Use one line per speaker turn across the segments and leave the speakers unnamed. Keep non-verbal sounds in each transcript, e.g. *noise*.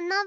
の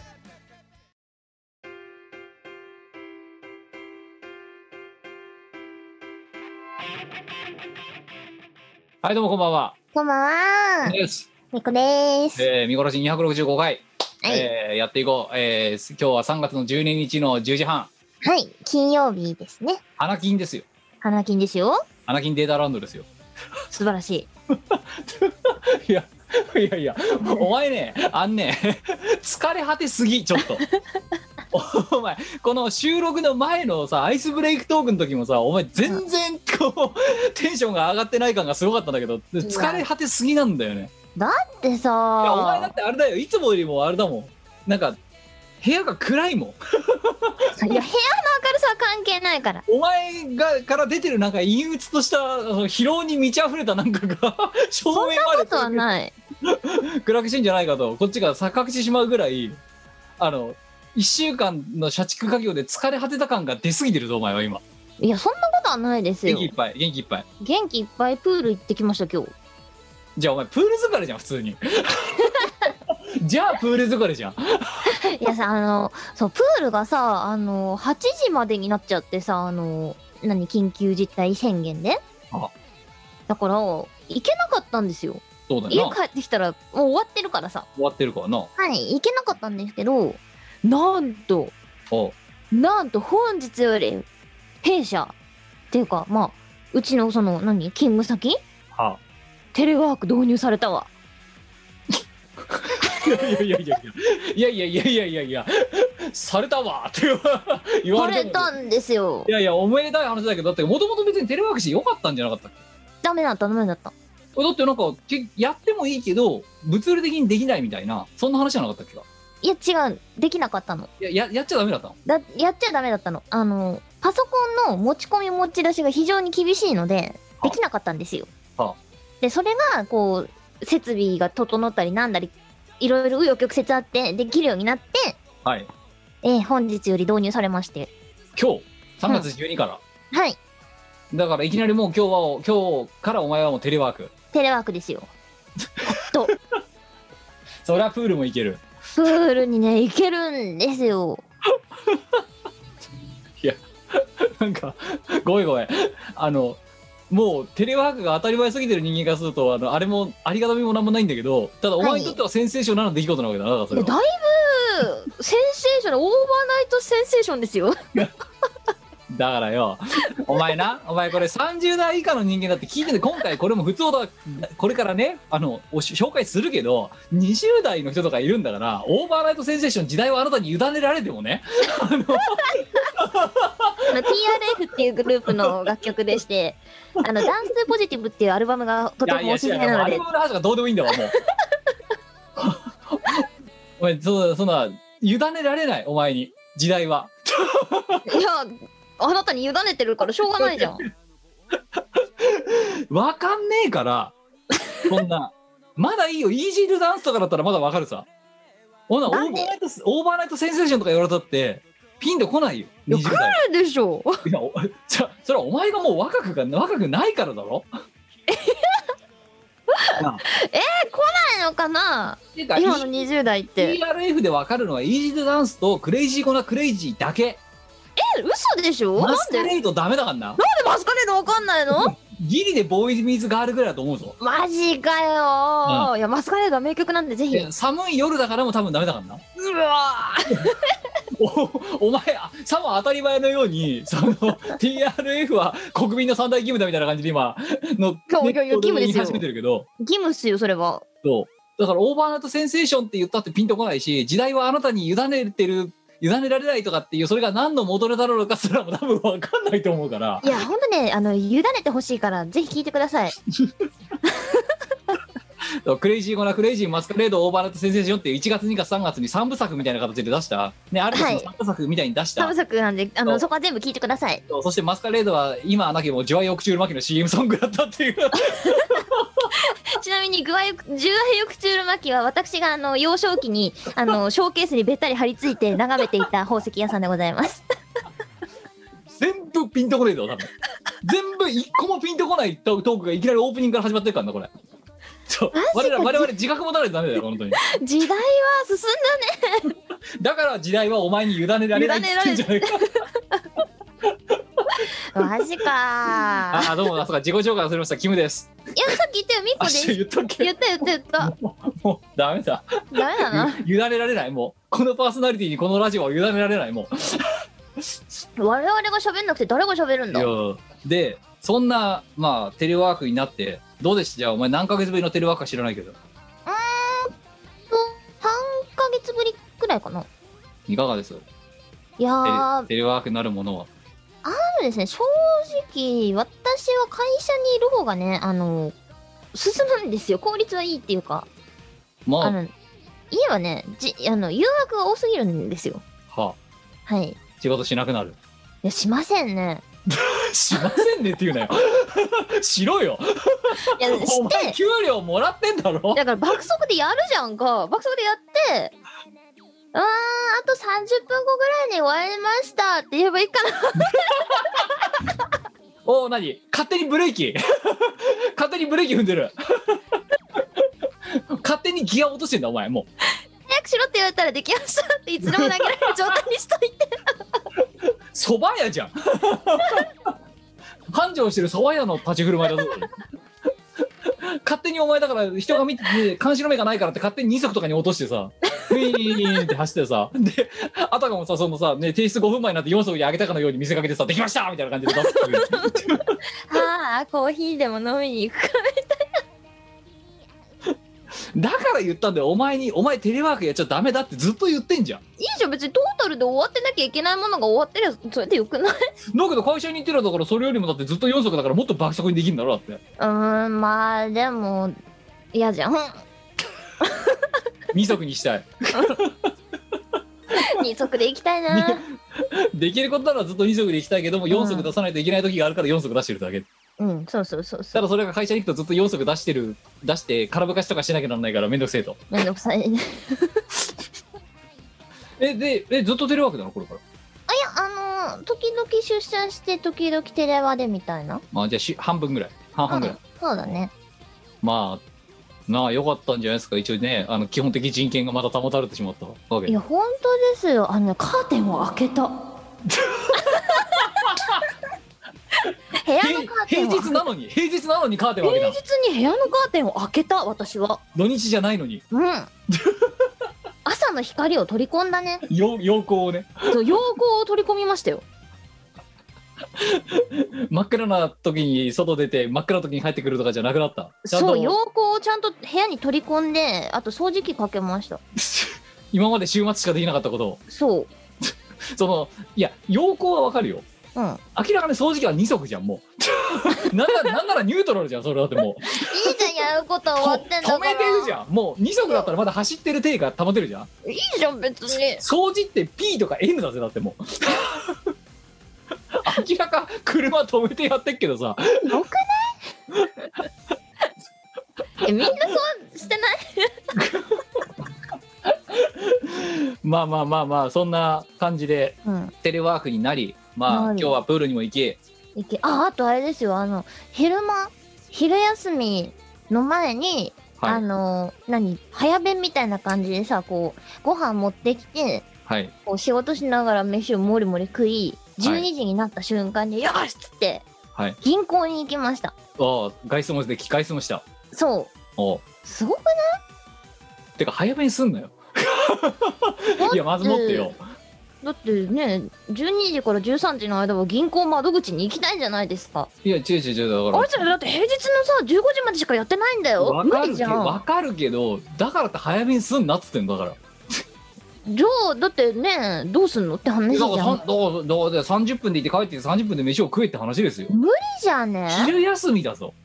はい、どうもこんばんは。
こんばんは
です。
みこです
えー、見殺し265回、
はい、
えーやっていこう。えー、今日は3月の12日の10時半。
はい金曜日ですね
花金ですよ。
花金ですよ
花金データランドですよ。
素晴らし
*laughs*
い
いや、いやいや、お前ね、あんね、疲れ果てすぎ、ちょっと。 *laughs* お前この収録の前のさアイスブレイクトークの時もさお前全然こうテンションが上がってない感がすごかったんだけど疲れ果てすぎなんだよね
でさ
いやお前だってあれだよいつもよりもあれだもんなんか部屋が暗いもん
いや *laughs* 部屋の明るさは関係ないから
お前がから出てるなんか陰鬱としたあの疲労に満ち溢れたなんかが *laughs* 正面
そうとは
ま
ない
で *laughs* 暗くしてんじゃないかとこっちが錯覚してしまうぐらいあの1週間の社畜家業で疲れ果てた感が出過ぎてるぞお前は今
いやそんなことはないです
元
よ
気いっぱい元気いっぱい
元気いっぱいプール行ってきました今日
じゃあお前プール疲れじゃん普通に *laughs* じゃあプール疲れじゃん
いやさあのそうプールがさあの8時までになっちゃってさあの何緊急事態宣言で
あ
だから行けなかったんですよ
そうだ
家
よな
帰ってきたらもう終わってるからさ
終わってるからな
はい行けなかったんですけどなんと
おう
なんと本日より弊社っていうかまあうちのその何勤務先
はあ
テレワーク導入されたわ
いやいやいやいやいやいやいやいやいやされたわって言わ言わ
取
れて
れ
も
たんですよ
いやいやおめでたい話だけどだってもともと別にテレワークしてよかったんじゃなかったっ
ダメだったダメだった
けだってなんかけやってもいいけど物理的にできないみたいなそんな話じゃなかったっけか
いや違うできなかったの
いやややっちゃダメだったの
だやっちゃダメだったのあのパソコンの持ち込み持ち出しが非常に厳しいので
は
できなかったんですよ
は
でそれがこう設備が整ったりなんだりいろいろ紆余曲折あってできるようになって、
はい
えー本日より導入されまして
今日3月12から、
はい
だからいきなりもう今日は今日からお前はもうテレワーク
テレワークですよ
そりゃプールも行ける
プールにね行けるんですよ
なんかごめんごめんあのもうテレワークが当たり前すぎてる人間からするとあのあれもありがたみもなんもないんだけどただお前にとってはセンセーションなの出来事なわけだなだからそ
い
れ
や
は
だいぶセンセーションオーバーナイトセンセーションですよ
だからよ、お前な、お前これ30代以下の人間だって聞いてて、今回これも普通だ、これからね、あの、おし紹介するけど、20代の人とかいるんだから、オーバーナイトセンセーション時代はあなたに委ねられてもね、
あの TRF っていうグループの楽曲でしてあのダンスポジティブっていうアルバムがとてもおすすめ
もう
な
ア
の
ル
で
バムの話がどうでもいいんだわ、もう。 *laughs* お前、そそんな、委ねられない、お前に、時代は。
いや、あなたに委ねてるからしょうがないじゃん。
わかんねえから、こんな。まだいいよ、イージールダンスとかだったらまだわかるさ。ほな、オー
な
バ
ん
ー
で
ナイトス、オーバーナイトセンセーションとか言われたって、ピンとこないよ。
いや
20代。
来るでしょ。
いや、おじゃそれはお前がもう若くが、若くないからだろ
ないのかな
てか、
今の
E-
20代って。
TRF でわかるのは、イージールダンスとクレイジーコナクレイジーだけ。
え、嘘でしょなん
マスカ
でなんで
レードダメだからな。
マスカレードわかんないの
ギリでボーイズ・ミーズ・ガールぐらいだと思うぞ。
マジかよー、いや、マスカレードは名曲なんでぜひ。
で寒い夜だからも多分ダメだからな。
うわ
お *laughs* お前あさも当たり前のようにその TRF は国民の三大義務だみたいな感じで今の
そういやいや義務ですよ
言い始めてるけど
義務っすよそれは
そうだからオーバーナイトセンセーションって言ったってピンとこないし時代はあなたに委ねてる委ねられないとかっていうそれが何の元ネタなのかすらも多分分かんないと思うから
いやほんとねあの委ねてほしいからぜひ聞いてください
クレイジーゴナクレイジーマスカレードオーバーナイトセンセーションっていう1月2月3月に3部作みたいな形で出したねある種の3部作みたいに出した、
サブ作なんであ
そ
の
う
そこは全部聞いてください
そしてマスカレードは今はなきもジュアイオクチュールマキの CM ソングだったっていう
ちなみに具合よく重愛よくチュール巻きは私があの幼少期にあ *laughs* のショーケースにべったり張り付いて眺めていた宝石屋さんでございます
全部ピンとこねえぞ多分全部一個もピンとこないトークがいきなりオープニングから始まってるからなこれそう我々我々自覚持たないとダメだよ本当に
時代は進ん
だから時代はお前に委ねられないって言ってんじゃないか
だマジか
ああどうもあそうか自己紹介忘れましたキムです
いやさっき言ったよみっこ
あ
で
そう
す
言ったっけ
言った言った言った
もうダメだ
ダメなの
委ねられないもうこのパーソナリティにこのラジオは委ねられないもう
我々が喋んなくて誰が喋るんだ
いやでそんなまあテレワークになってどうでしたじゃあお前何ヶ月ぶりのテレワークか知らないけど
と3ヶ月ぶりくらいかない
かがです
いやー
テレテレワークになるものは
そうですね正直私は会社にいる方がねあの進むんですよ効率はいいっていうか
ま
あ
あ
の家はねじあの誘惑が多すぎるんですよ
は
はいい
仕事しなくなる
やしませんね
しませんねって言うなよしろよ
いや *laughs*
お
し
前
て
給料もらってんだろ
だから爆速でやるじゃんか爆速でやってうーんあと30分後ぐらいに終わりましたって言えばいいかな *laughs*
おお何勝手にブレーキ勝手にブレーキ踏んでる勝手にギア落としてんだお前も
早くしろって言われたらできましたっていつでも投げられる状態にしといて
うそば屋じゃん繁盛してるそば屋の立ち振る舞いだぞ勝手にお前だから人が見てて監視の目がないからって勝手に2足とかに落としてさウィーンって走ってさであたかもさそのさ、ね、提出5分前になって4足に上げたかのように見せかけてさできましたみたいな感じで出すっていう
*laughs* ああコーヒーでも飲みに *laughs* 行くか
だから言ったんだよお前にお前テレワークやっちゃダメだってずっと言ってんじゃん
いいじゃん別にトータルで終わってなきゃいけないものが終わってりゃそれでよくない
だけど会社に行ってるんだからそれよりもだってずっと4足だからもっと爆速にできるんだろだって
*laughs* うーんまあでも嫌じゃん
2足にしたい
二足で行きたい *laughs* な
できることならずっと2足で行きたいけども4足出さないといけない時があるから4足出してるだけ
うんそうそう *laughs* そうそ
た
う
だそれが会社に行くとずっと4足出してる出して空ぶかしとかしなきゃなんないからめんどくせえと
めんどく *laughs* さいねいや
えでえずっとテレワークなのこれから
あのー時々出社して時々テレワでみたいな
まあじゃあし半分ぐらい半々ぐらい、
そうだね
まあなあよかったんじゃないですか一応ねあの基本的人権がまた保たれてしまったわけ
いや本当ですよあのねカーテンを開け *laughs* た部屋のカーテン
平
を
日なのに平日なのにカーテンを開け
平
た
日に部屋のカーテンを開けた私は
土日じゃないのに
うん *laughs* 朝の光を取り込んだね
よ陽光をね
そう陽光を取り込みましたよ
真っ暗な時に外出て真っ暗な時に帰ってくるとかじゃなくなったちゃんと
そう陽光をちゃんと部屋に取り込んであと掃除機かけました
今まで週末しかできなかったことを
*laughs* そう
そのいや陽光はわかるよ
うんいい
明らかに掃除機は2足じゃんもう *laughs* なんならなんならニュートラルじゃんそれだってもう
じゃんやることは終わってんだから
止めてるじゃんもう2足だったらまだ走ってる手が保てるじゃん
いいじゃん別に
掃除って P とか N だぜだってもう *laughs* 明らか車止めてやってっけどさ
よくないえみんなそうしてない
まあまあまあまあそんな感じで
うん
テレワークになりまあ
な
今
り
日はプールにも行け
いけああとあれですよあの昼間昼休みの前に、
は
あ
い
の何早弁みたいな感じでさこうご飯持ってきて
はい
こう仕事しながら飯をもりもり食い
は
12
い
時になった瞬間に「よし!」っつって
はい
銀行に行きました
ああ外出もして機械出もした
そ
おう
うすごく
てか早めにすんなよいやまずもってよ
だってね12時から13時の間は銀行窓口に行きたいんじゃないですか
いや違う違う違うだ
あ
か
いつらだって平日のさ15時までしかやってないんだ
ら
よ
わか
無
る
理
け
じゃ
ど
ん
わかるけどだからって早めにすんなっつってんだから
じゃあだってねどうすんのって話
だ
じ
か
ゃ
らさんだか
ん
らだから30分で行って帰ってきて30分で飯を食えって話ですよ
無理じゃんね
昼休みだぞ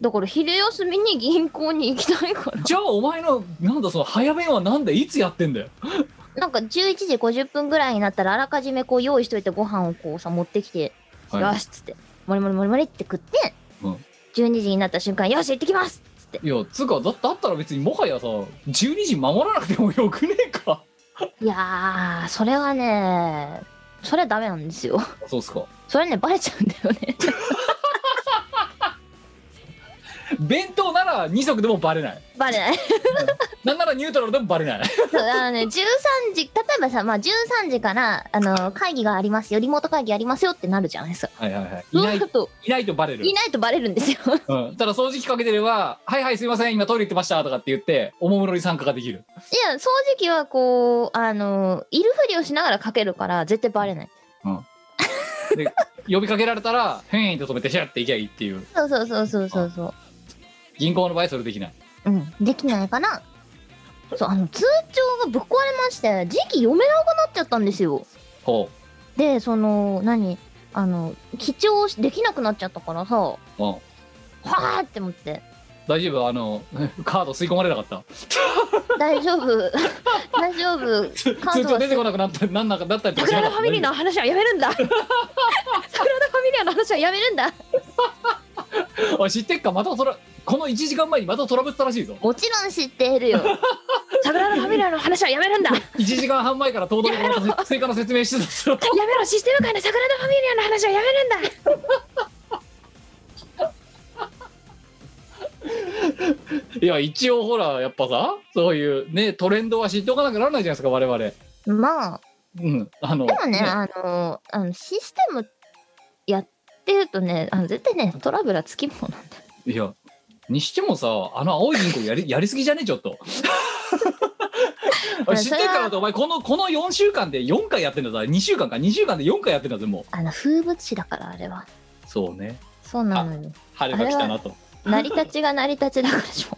だから昼休みに銀行に行きたい
*laughs*
から
じゃあお前のなんだその早弁はなんだいつやってんだよ
なんか11時50分ぐらいになったらあらかじめこう用意しといてご飯をこうさ持ってきて、
はい
よしっつってもりもりもりもりって食って、
うん
12時になった瞬間よし行ってきます
いやつうかだだったら別にもはやさ12時守らなくてもよくねえか
いやーそれはねそれはダメなんですよ
そうっすか
それねバレちゃうんだよね *laughs*
弁当なら2足でもバレない
バレない
なんならニュートラルでもバレない
そうあのね13時例えばさ、まあ、13時からあの会議がありますよリモート会議ありますよってなるじゃないですか
はいはいはいい
そう
な
す
い
ると
いないとバレる
いないとバレるん *laughs* ですよ
うん、ただ掃除機かけてれば「はいはいすいません今トイレ行ってました」とかって言っておもむろに参加ができる
いや掃除機はこうあのいるふりをしながらかけるから絶対バレない
で呼びかけられたら「へーん」と止めてシャッて行きゃいいっていう
そうそうそうそうそうそう
銀行の場合それできない
うんできないかなそうあの通帳がぶっ壊れまして時期読めなくなっちゃったんですよ
ほ
でその何あの記帳しできなくなっちゃったからさは
う、うん、
あって思って
大丈夫あの *laughs* カード吸い込まれなかった
大丈 *laughs* 夫大丈夫カ
通
ード
帳
は
出てこなくなったなんなかなったりとかし
桜
なかった
田ファミリーの話はやめるん *laughs* だ桜田ファミリーの話はやめるんだ
おい知ってっかまたトラこの1時間前にまたトラブったらしいぞ
もちろん知っているよ *laughs* 桜田ファミリーの話はやめるんだ *laughs* や
1時間半前から東大のまた
*laughs*
追加の説明してたぞ
めろシステム界の桜田ファミリーの話はやめるんだ
いや一応ほらやっぱさそういうねトレンドは知っておかなくならないじゃないですか我々
まあ
うんあの
でもねあのあのシステムやってるとねあの絶対ねトラブルはつきものなんだよ
いやにしてもさあの青い銀行やり *laughs* やりすぎじゃねえちょっとおい知ってっからってお前このこの4週間で4回やってんだぞ2週間か2週間で4回やってんだぜも
あの風物詩だからあれは
うそうね
そうなのよ
春が来たなと
成り立ちが成り立ちだからしょ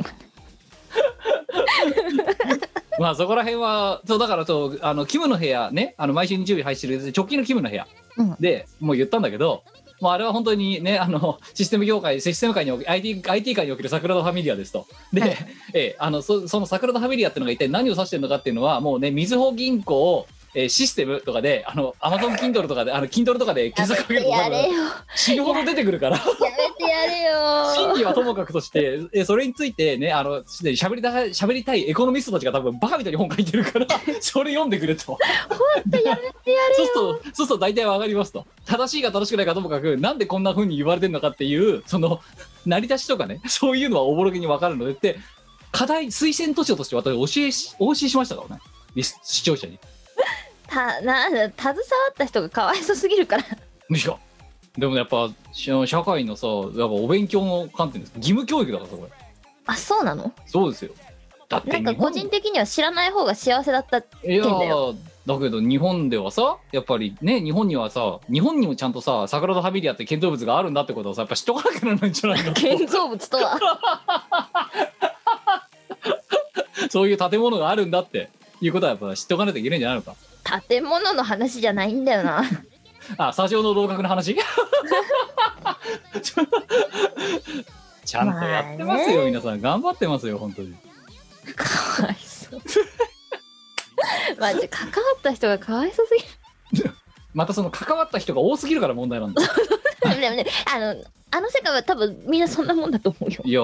うがない。
*laughs* まあそこら辺はそうだからそうあのキムの部屋ねあの毎週日曜日配信してる直近のキムの部屋
うん
で、もう言ったんだけどもうあれは本当にねあのシステム業界システム界におけ IT, IT 界における桜田ファミリアですとで、
はい
ええあのそその桜田ファミリアっていうのが一体何を指してるのかっていうのはもうねみずほ銀行えーシステムとかで、あの、アマゾン Kindle とかで、あの、Kindle とかで
や
検
め
索かける
て
と、
やれよ。
死ぬほど出てくるから。
やめてやれ
真
*laughs* よ。
理はともかくとして、えそれについてね、あの、しゃべりたい、喋りたいエコノミストたちが多分バカみたいに本書いてる
*laughs*
から、それ読んでくれと。
やめてや
そうすると、そうすると大体わかりますと。正しいか正しくないかともかく、なんでこんな風に言われてるのかっていう、その、成り立ちとかね、そういうのはおぼろげにわかるのでって、課題、推薦図書として私、教えし、お教えしましたからね。リス視聴者に。
た、な、携わった人がかわいそうすぎるから。
むしろ。でもやっぱ、し社会のさ、やっぱお勉強の観点です。義務教育だからさ、これ。
あ、そうなの。
そうですよ。だって
な
日
ん
本
か個人的には知らない方が幸せだった。
いや
ってんだ
ーだけど日本ではさやっぱりね日本にはさ日本にもちゃんとさ桜田ファミリアって建造物があるんだってことをさやっぱ知っとかなきゃならないんじゃない
*laughs*
か
建造物とは。 *laughs*
そういう建物があるんだっていうことはやっぱ知っとかないといけないんじゃないのか
建物の話じゃないんだよ *laughs* な。
あスタジオの楼閣の
*laughs*
話ちゃんとやってますよ、
まあね
皆さん頑張ってますよ本当に
かわいそう。マジ関わった人がかわいそうすぎ
またその関わった人が多すぎるから問題なんだ
る。でもね、あの、あの世界は多分みんなそんなもんだと思うよ。
いや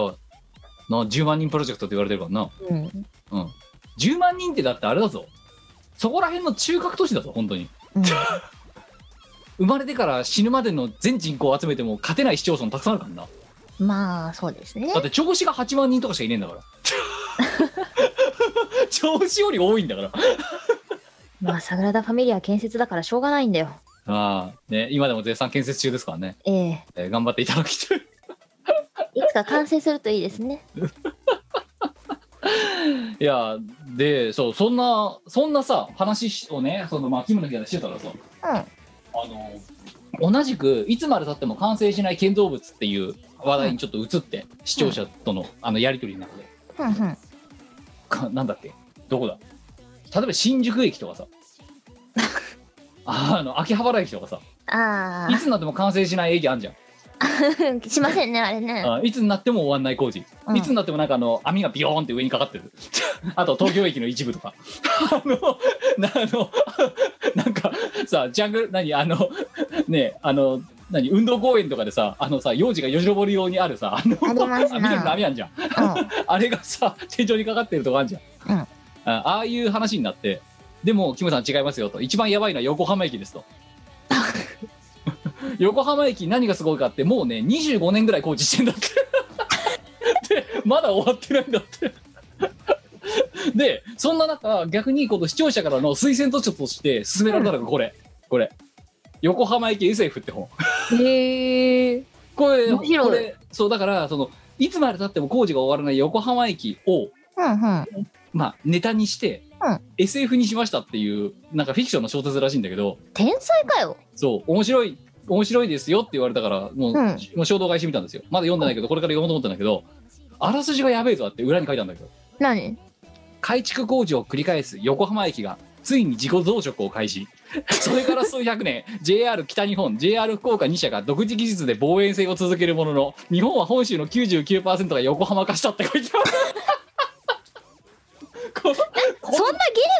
な10万人プロジェクトって言われてるからな
うん。
うん、10万人ってだってあれだぞそこら辺の中核都市だぞ本当に
うん
生まれてから死ぬまでの全人口を集めても勝てない市町村たくさんあるからな
まあ、そうですね
だ。って調子が8万人とかしかいねえんだから調子より多いんだから
まあ、サグラダ・ファミリア建設だからしょうがないんだよ。
ああね今でも絶賛建設中ですからね、
ええ
えー頑張ってい *laughs* ただきたい
いつか完成するといいですね。
いやでそうそんなそんなさ話をねそのまあキムの日がしてたらさあの同じくいつまでたっても完成しない建造物っていう話題にちょっと移って、視聴者とのあのやり取りの中で
ふんふん
かなんだっけどこだ例えば新宿駅と
*laughs*
かさあの秋葉原駅とかさ
あ
いつになっても完成しない駅あんじゃん
あしませんねあれね
あいつになっても終わんない工事、
うん
いつになってもなんかあの網がビヨーンって上にかかってる *laughs* あと東京駅の一部とか *laughs* あのなあの *laughs* なんかさジャングル何あのねあの何運動公園とかでさあのさ幼児がよじ登り用にあるさあの
ありますな
あ緑の網あんじゃん *laughs* あれがさ天井にかかってるとこあんじゃん、
うん
あああいう話になってでもキムさん違いますよと一番やばいのは横浜駅です
*laughs*
と横浜駅何がすごいかってもうね25年ぐらい工事してんだって *laughs* でまだ終わってないんだってでそんな中逆にこの視聴者からの推薦図書として勧められたのがこれ、これ横浜駅 SF って本
うんへえ
これ
面白い
これそうだからそのいつまでたっても工事が終わらない横浜駅を
うんうん
まあ、ネタにして、
うん
SF にしましたっていうなんかフィクションの小説らしいんだけど
天才かよ
そう面白い面白いですよって言われたからもう,、
うん
もう衝動買いしてみたんですよまだ読んでないけどこれから読もうと思ったんだけどあらすじがやべえぞって裏に書いたんだけど
何
改築工事を繰り返す横浜駅がついに自己増殖を開始 *laughs* それから数百年 JR 北日本 JR 福岡2社が独自技術で防衛線を続けるものの日本は本州の99%が横浜化したって書いてある *laughs* こ
そんなゲ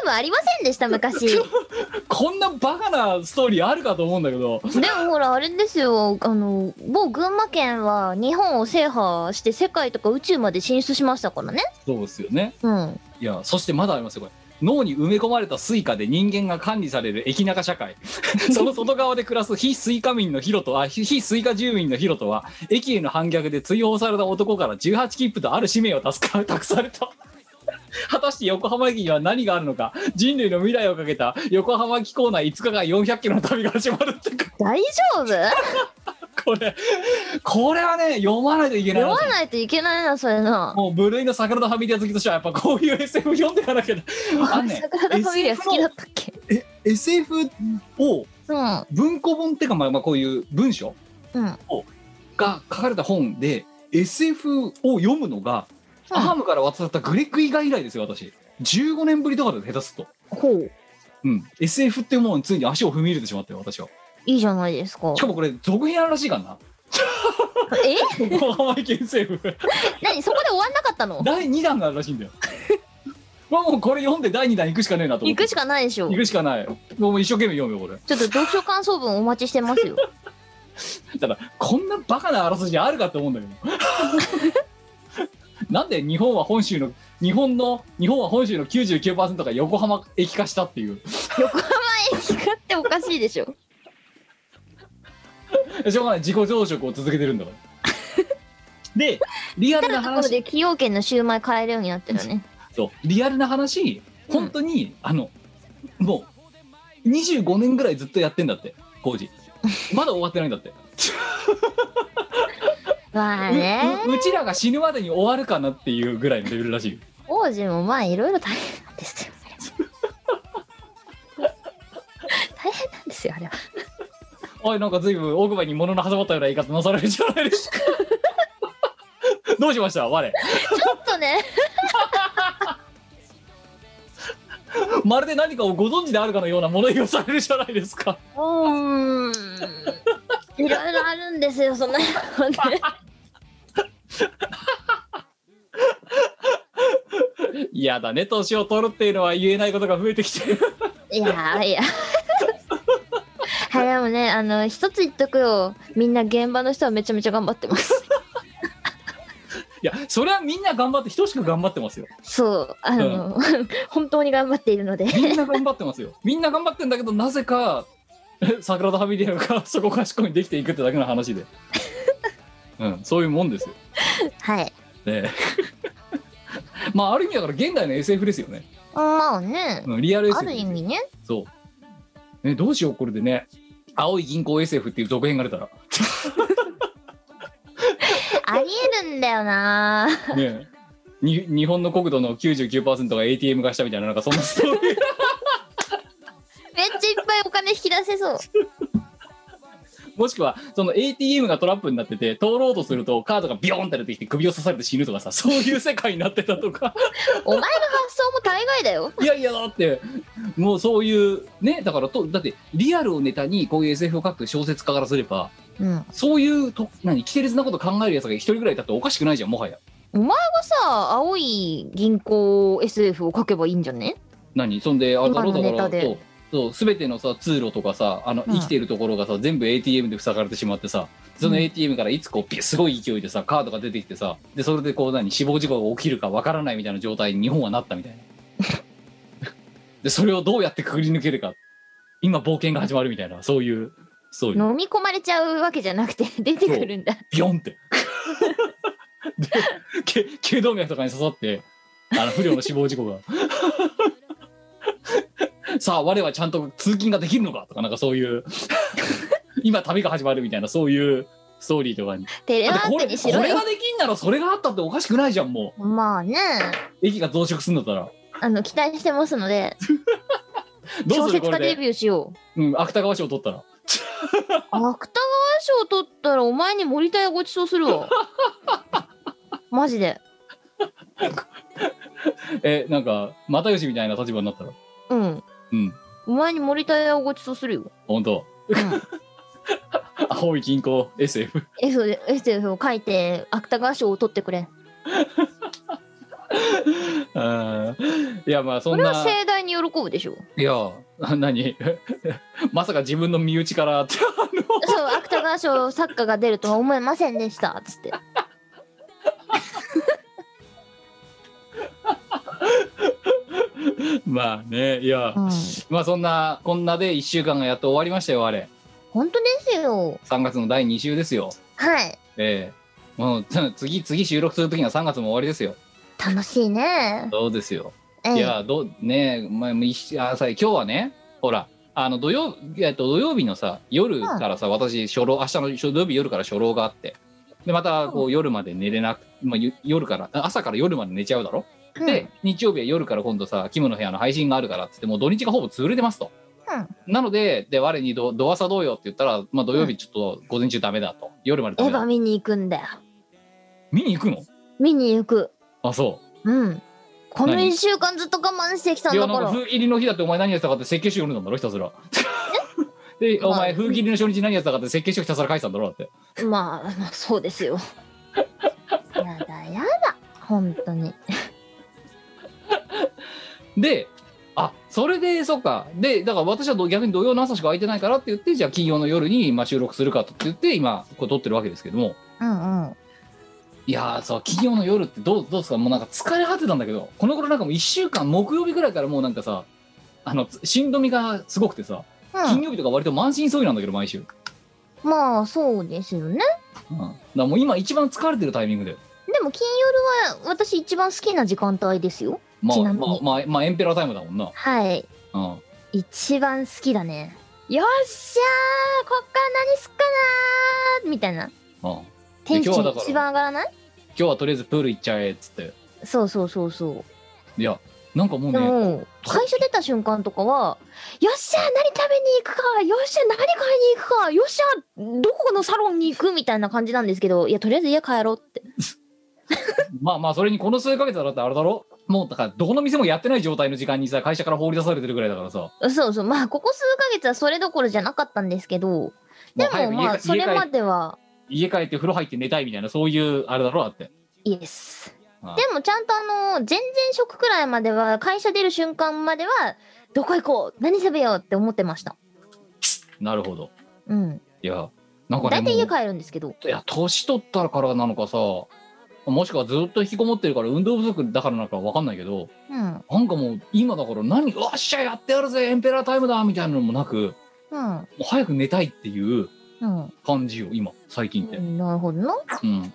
ームありませんでした昔 *laughs* で
こんなバカなストーリーあるかと思うんだけど
もほらあれですよあの某群馬県は日本を制覇して世界とか宇宙まで進出しましたからね
そうですよね
うん
いやそしてまだありますよこれ脳に埋め込まれたスイカで人間が管理される駅中社
*laughs*
会その外側で暮らす非スイカ民のヒロとあ非非スイカ住民のヒロとは駅への反逆で追放された男から18切符とある使命を助か *laughs* 託された果たして横浜駅には何があるのか人類の未来をかけた横浜駅構内5日間4 0 0キロの旅が始まるってか
大丈夫
これこれはね読まないといけない
読
話
まないといけないなそれな
もう部類の桜のファミリア好きとしてはやっぱこういう SF 読んでいかなきゃなあんね
桜田ファミリア好きだったっけ
SF を
うん
文庫本っていうかまあまあこういう文章
うん
が書かれた本で SF を読むのが、
うん
アハムから渡されたグレッグ以外以来ですよ私15年ぶりとかで下手すると、
ほう
うん、SF っていうものについに足を踏み入れてしまって私はい
いじゃないですか
しかもこれ続編あるらしいからな
え
横浜駅
*laughs*
SF
何そこで終わんなかったの
第2弾があるらしいんだよ *laughs* まあもうこれ読んで第2弾行くしかねえなと思っ
行
て
くしかないでしょ
行くしかないもう一生懸命読むよこれ
ちょっと読書感想文お待ちして *laughs* ますよ
ただこんなバカなあらすじあるかと思うんだけど *laughs* なんで日本は本州の日本の日本は本州の99%が横浜駅化したっていう
横浜駅かっておかしいでしょ
しょうがない自己増殖を続けてるんだからでリア
た
ル
だ
な
ところ
話
で崎陽軒のシューマイ買えるようになってる *laughs* ね
そうリアルな話本当に、あのもう25年ぐらいずっとやってんだって工事まだ終わってないんだって
まあね
うううちらが死ぬまでに終わるかなっていうぐらいのレベルらしいよ
王子もまあいろいろ大変なんです *laughs* よ大変なんですよあれは
おいなんか随分奥歯に物の挟まったような言い方なされるじゃないですかどうしました我
ちょっとね
まるで何かをご存知であるかのような物言いをされるじゃないですか
うーんいろいろあるんですよそんなの *laughs* ね
嫌だね年を取るっていうのは言えないことが増えてきてる *laughs*
いやーい *laughs* やはいでもねあの一つ言っとくよみんな現場の人はめちゃめちゃ頑張ってます
いやそれはみんな頑張って等しく頑張ってますよ
そうあの、 *laughs* 本当に頑張っているので
みんな頑張ってますよみんな頑張ってんだけどなぜか桜田ファミリアが *laughs* そこかしこにできていくってだけの話でうんそういうもんですよ
はい
ねえ *laughs* まあある意味だから現代の SF ですよね、
まあね
うん、リアル SF
ある意味ね
そう。ね、どうしよう、これでね。青い銀行 SF っていう続編が出たら。
*laughs* ありえるんだよな
ねに日本の国土の99%が ATM 化したみたいななんかそんなストーリー
めっちゃいっぱいお金引き出せそう。
*laughs* もしくはその ATM がトラップになってて通ろうとするとカードがビヨーンって出てきて首を刺されて死ぬとかさそういう世界になってたとか *laughs*
お前の発想も大概だよ。
いやいやだってもうそういうねだからとだってリアルをネタにこういう SF を書く小説家からすれば
うん。
そういうと何規定列なこと考えるやつが一人ぐらいだっておかしくないじゃんもはや
お前がさ、青い銀行 SF を書けばいいんじゃね
何そんであれだろ
今の
だか
ネタ
ら
で
そうそう全てのさ通路とかさあの
うん
生きてるところがさ、全部 ATM で塞がれてしまってさその
うん
ATM からいつこうピすごい勢いでさカードが出てきてさでそれでこう何死亡事故が起きるかわからないみたいな状態に日本はなったみたいなでそれをどうやってくぐり抜けるか今冒険が始まるみたいなそういうそういう
飲み込まれちゃうわけじゃなくて出てくるんだ。
ビヨンって *laughs* でけ頸動脈とかに刺さってあの不良の死亡事故が *laughs* さあ我はちゃんと通勤ができるのかとかなんかそういう *laughs* 今旅が始まるみたいなそういうストーリーとかに
テレワ
だってこ
ーク
れ
に
こ
しろ
れ
よ
が。できんならそれがあったっておかしくないじゃんも
まあね、
う駅が増殖するんだったら
あの期待してますので、
ど
小
うする
説
これ
家デ
で、
ビューしよう。
うん、芥川賞取ったら
芥川賞取ったらお前に森田屋ごちそうする
*laughs*
わ。マジで。
えなんか又吉みたいな立場になったら
うん。
うん
お前に森田屋をごちそうするよ。
本当
うん。
*laughs* 青い銀行 SF
SF, SF を書いて芥川賞を取ってくれ。
あーいやまあそ
こ
ん
れ
な
は盛大に喜ぶでしょ。
いや、な何 *laughs* まさか自分の身内からって、 *laughs* あの、
*laughs* そう、芥川賞作家が出るとは思いませんでした。つって。
まあね、いや、
うん。
まあそんな、こんなで1週間がやっと終わりましたよ、あれ。
本当ですよ。
3月の第2週ですよ。
はい。
ええもう、 *laughs* 次、次収録するときには3月も終わりですよ。
楽しいね。
そうですよ。
ええ
いや、どう、ねえ、まあ、もう一あさ今日はね、ほら、あの、土曜、えっと、土曜日のさ、夜からさ、私、初老、明日の土曜日夜から初老があって、で、また、こう、夜まで寝れなく、まあ、ゆ夜から、朝から夜まで寝ちゃうだろ
うん
で、日曜日は夜から今度さ、キムの部屋の配信があるからっつって、もう土日がほぼ潰れてますと。なので、で、我にど、ど朝どうよって言ったら、まあ土曜日ちょっと午前中ダメだと。夜まで
う
ダメ
ん、エヴァ
だ。
見に行くんだよ。
見に行くの
見に行く。
あ、そ
うん。この
何
1週間ずっと我慢してきた
う。い
ん
や、な
だか。
んから封切りの日だってお前何やってたかって設計書読んだんだろ、ひたすら。で、お
まあ
前封切りの初日何やってたかって設計書ひたすら書いてたんだろ、だって。
まあ、まあ、そうです *laughs* よ。やだやだ。本当に。
で、あ、それで、そっか。で、だから私はど逆に土曜の朝しか空いてないからって言って、じゃあ金曜の夜に、まあ、収録するかとって言って、今、これ撮ってるわけですけども。
うんうん。
いやーそう金曜の夜ってどうどうですかもうなんか疲れ果てたんだけどこの頃なんかもう1週間木曜日ぐらいからもうなんかさあのしんどみがすごくてさ金
う
曜日とか割と満身創痍なんだけど毎週、
ん、まあそうですよね
うん、だからもう今一番疲れてるタイミングで
でも金夜は私一番好きな時間帯ですよ
まあ
ち
まあ
なみに
まあ、まあ、エンペラータイムだもんな、
はい
うん、
一番好きだねよっしゃーこっから何すっかなーみたいな
うん
テンシ
今日はだ
ョン
から
一番上がらない
今日はとりあえずプール行っちゃえっつって
そうそうそうそ
いやなんかもう
うで
ね
も会社出た瞬間とかはよっしゃー何食べに行くかよっしゃー何買いに行くかよっしゃーどこのサロンに行くみたいな感じなんですけどいやとりあえず家帰ろうって
まあまあそれにこの数ヶ月だってあれだろもうだからどこの店もやってない状態の時間にさ会社から放り出されてるぐらいだからさ
そうそうまあここ数ヶ月はそれどころじゃなかったんですけどで
もう早
も
く
まあ
家帰
それまでは
家帰って風呂入って寝たいみたいなそういうあれだろだって
イエス
ああ
でもちゃんとあの前々職くらいまでは会社出る瞬間まではどこ行こう何食べようって思ってました
なるほど
うん
いや、なんかね、
大体
も
家
う
帰るんですけど
いや、年取ったからなのかさ、もしくはずっと引きこもってるから運動不足だからなのかわかんないけど、
うん
なんかもう今だから何、よっしゃ、やってやるぜ、エンペラータイムだみたいなのもなく、
うん
もう早く寝たいっていう
うん
感じよ、今、最近って。
なるほどな
うん。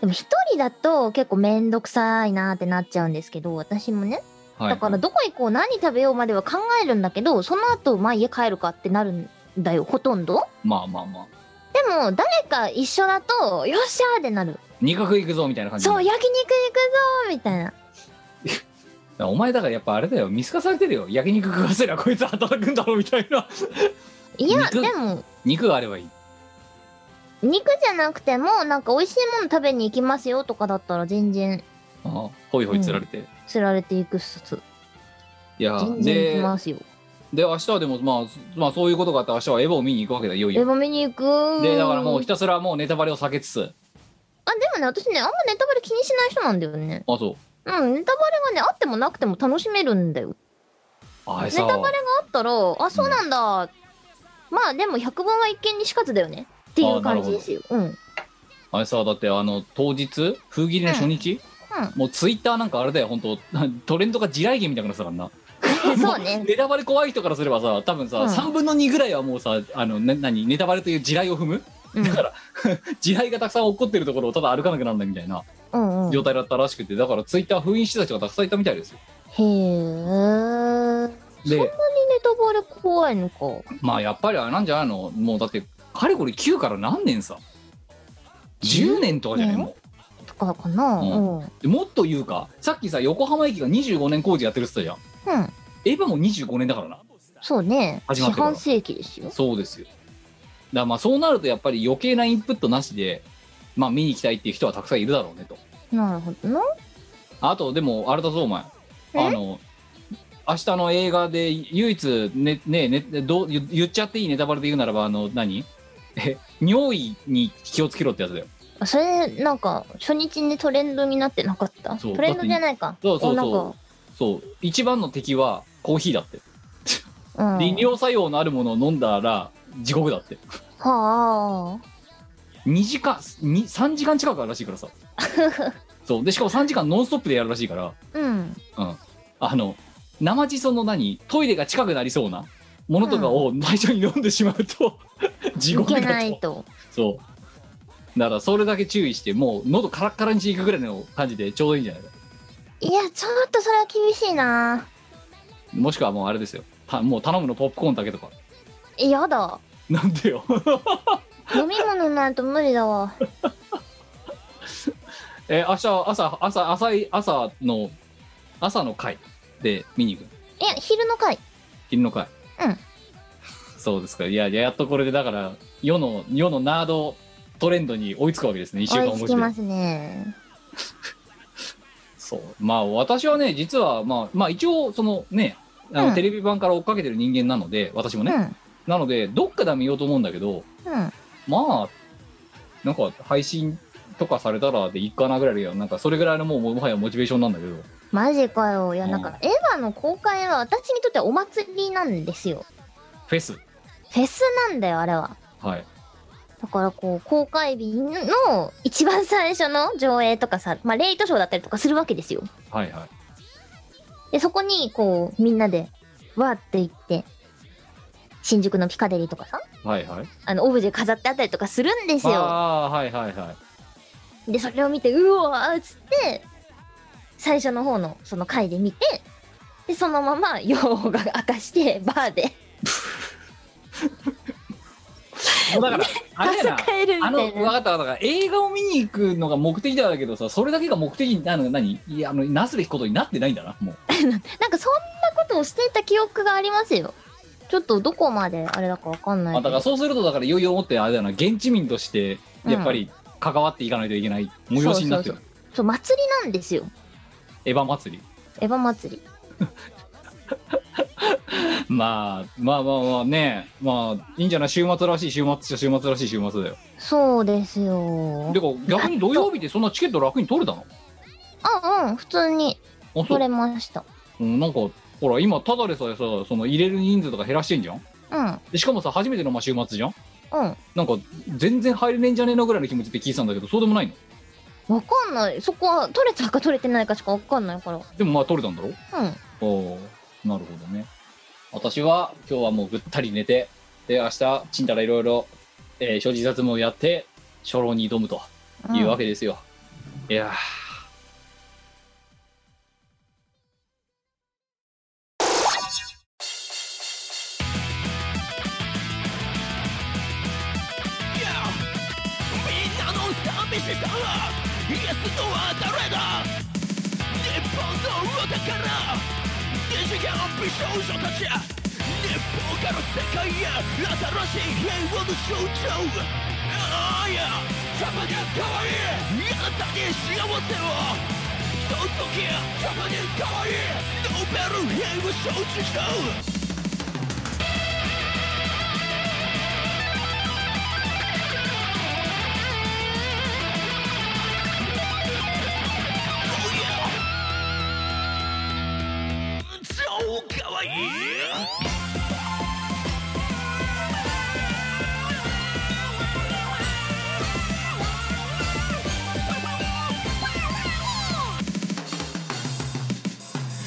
でも一人だと結構めんどくさいなってなっちゃうんですけど私もね
はい。
だからどこ行こう何食べようまでは考えるんだけどその後まあ家帰るかってなるんだよほとんど
まあまあまあ。
でも誰か一緒だとよっしゃーってなる
肉食いくぞみたいな感じ
そう
や
焼肉行くぞみたいな
お前だからやっぱあれだよ見透かされてるよ焼肉食わせりゃこいつ働くんだろみたいない
や
肉
でも
肉があればいい
肉じゃなくてもなんか美味しいもの食べに行きますよとかだったら全然
あほいほいつられて、い
釣られていくっす
や
全然行き
で
ますよ
で明日はでもまあ、まあ、そういうことがあって明日はエヴァを見に行くわけだいよい
エ
よ
ヴァ見に行く
でだからもうひたすらもうネタバレを避けつつ
あでもね私ねあんまネタバレ気にしない人なんだよね
あそう
うんネタバレがねあってもなくても楽しめるんだよ
あれ
ネ
さ
タバレがあったらあそうなんだ、まあでも百聞は一見にしかずだよねっていう感じですようん
あれさだってあの当日封切りの初日、
うんうん
もうツイッターなんかあれだよ本当 *laughs* トレンドが地雷芸みたいになってたからな
*laughs* そうね
ネタバレ怖い人からすればさ多分さ、
うん
3分の2ぐらいはもうさあのな何ネタバレという地雷を踏む
うん
だから *laughs* 地雷がたくさん起こってるところをただ歩かなくなるんだみたいな *laughs*
うんうんへ
状態だったらしくてだからツイッター封印してた人がたくさんいたみたいですよ
え
で
ネタバレ怖いのか
まあやっぱりあれなんじゃないのもうだってかれこれ9から何年さ10年とかじゃない
ね
も
とかかな
う
うんん、うん、
うでもっと言うかさっきさ横浜駅が25年工事やってるっつったじゃんエヴァも25年だからな
そうね
始
四
まってから
半世紀ですよ
そうですよだからまあそうなるとやっぱり余計なインプットなしでまあ見に行きたいっていう人はたくさんいるだろうねと
なるほどな
あとでもあれだぞお前
え
あの明日の映画で唯一ねねねどう言言っちゃっていいネタバレで言うならばあの何え尿意に気をつけろってやつだよ
あそれなんか初日にトレンドになってなかった
そう
トレンドじゃないか
そうそう
なん
そ
か
うそう一番の敵はコーヒーだって
うん
利尿作用のあるものを飲んだら地獄だって
は
2時間に3時間近くあるらしい
*laughs*
からさそうでしかも3時間ノンストップでやるらしいから
あうん
あの生地その何トイレが近くなりそうなものとかを最初に飲んでしまう
*laughs*
と地
い
獄
け
だ
ない
と
と
そうだからそれだけ注意してもう喉カラッカラにしていくぐらいの感じでちょうどいいんじゃないか
いやちょっとそれは厳しいな
もしくはもうあれですよたもう頼むのポップコーンだけとか
えやだ
なんでよ *laughs*
飲み物ないと無理だわ *laughs*
え明日朝朝朝い朝の朝の会で見に行く
いや昼の回
昼の会
うん
そうですかいやいややっとこれでだから世の世のナードトレンドに追いつくわけですね1週
追
間
い
越
つ
し
き
で
ますね
そうまあ私はね実はまあまあ一応そのねあの、
うん
テレビ版から追っかけてる人間なので私も
う
ね、
ん
なのでどっかでは見ようと思うんだけど
うん
まあなんか配信とかされたらでいいかなぐらいでなんかそれぐらいのもうもはやモチベーションなんだけど
マジかよいや
うん
なんかエヴァの公開は私にとってはお祭りなんですよ
フェス
フェスなんだよあれは
はい
だからこう公開日の一番最初の上映とかさ、まあ、レイトショーだったりとかするわけですよ
はいはい
でそこにこうみんなでわーって行って新宿のピカデリーとかさ
はいはい
あのオブジェ飾ってあったりとかするんですよ
ああーはいはいはい
でそれを見てうおーっつって最初の方のその回で見てでそのまま用が明かしてバーで
もうだからあれや
*laughs*
な
朝帰るみ
あの
た
分
いな
かった分かった映画を見に行くのが目的だけどさそれだけが目的なの何いやあのなすべきことになってないんだなもう
なんかそんなことをしていた記憶がありますよちょっとどこまであれだかわかんない
まあ、
け
だ
ど
からそうするとだからいよいよ思ってあれだよな現地民としてやっぱり関わっていかないといけない催しになってる、
そうそう祭りなんですよ
エヴァ祭り
エヴァ祭り
まあまあまあまあねまあいいんじゃない週末らしい週末っちゃ週末らしい週末だよ
そうですよ
でも逆に土曜日でそんなチケット楽に取れたの
あうん普通に
あそ
取
う
れました
うんなんかほら今ただでさえさその入れる人数とか減らしてんじゃん
うん
でしかもさ初めてのまあ週末じゃん
うん
なんか全然入れねえんじゃねえのぐらいの気持ちで聞いてたんだけどそうでもないの
わかんないそこは取れたか取れてないかしかわかんないから
でもまあ取れたんだろ
うん
おおなるほどね私は今日はもうぐったり寝てで明日ちんたらいろいろえー諸事雑務をやって初老に挑むと
うん
いうわけですよ、いや
みんなのサービスだわ美少女たち日本から世界へ新しい平和の象徴ああいやジャパニーズかわいいあなたに幸せをその時ジャパニーズかわいいノーベル平和賞受賞超かわいいジャパニーズか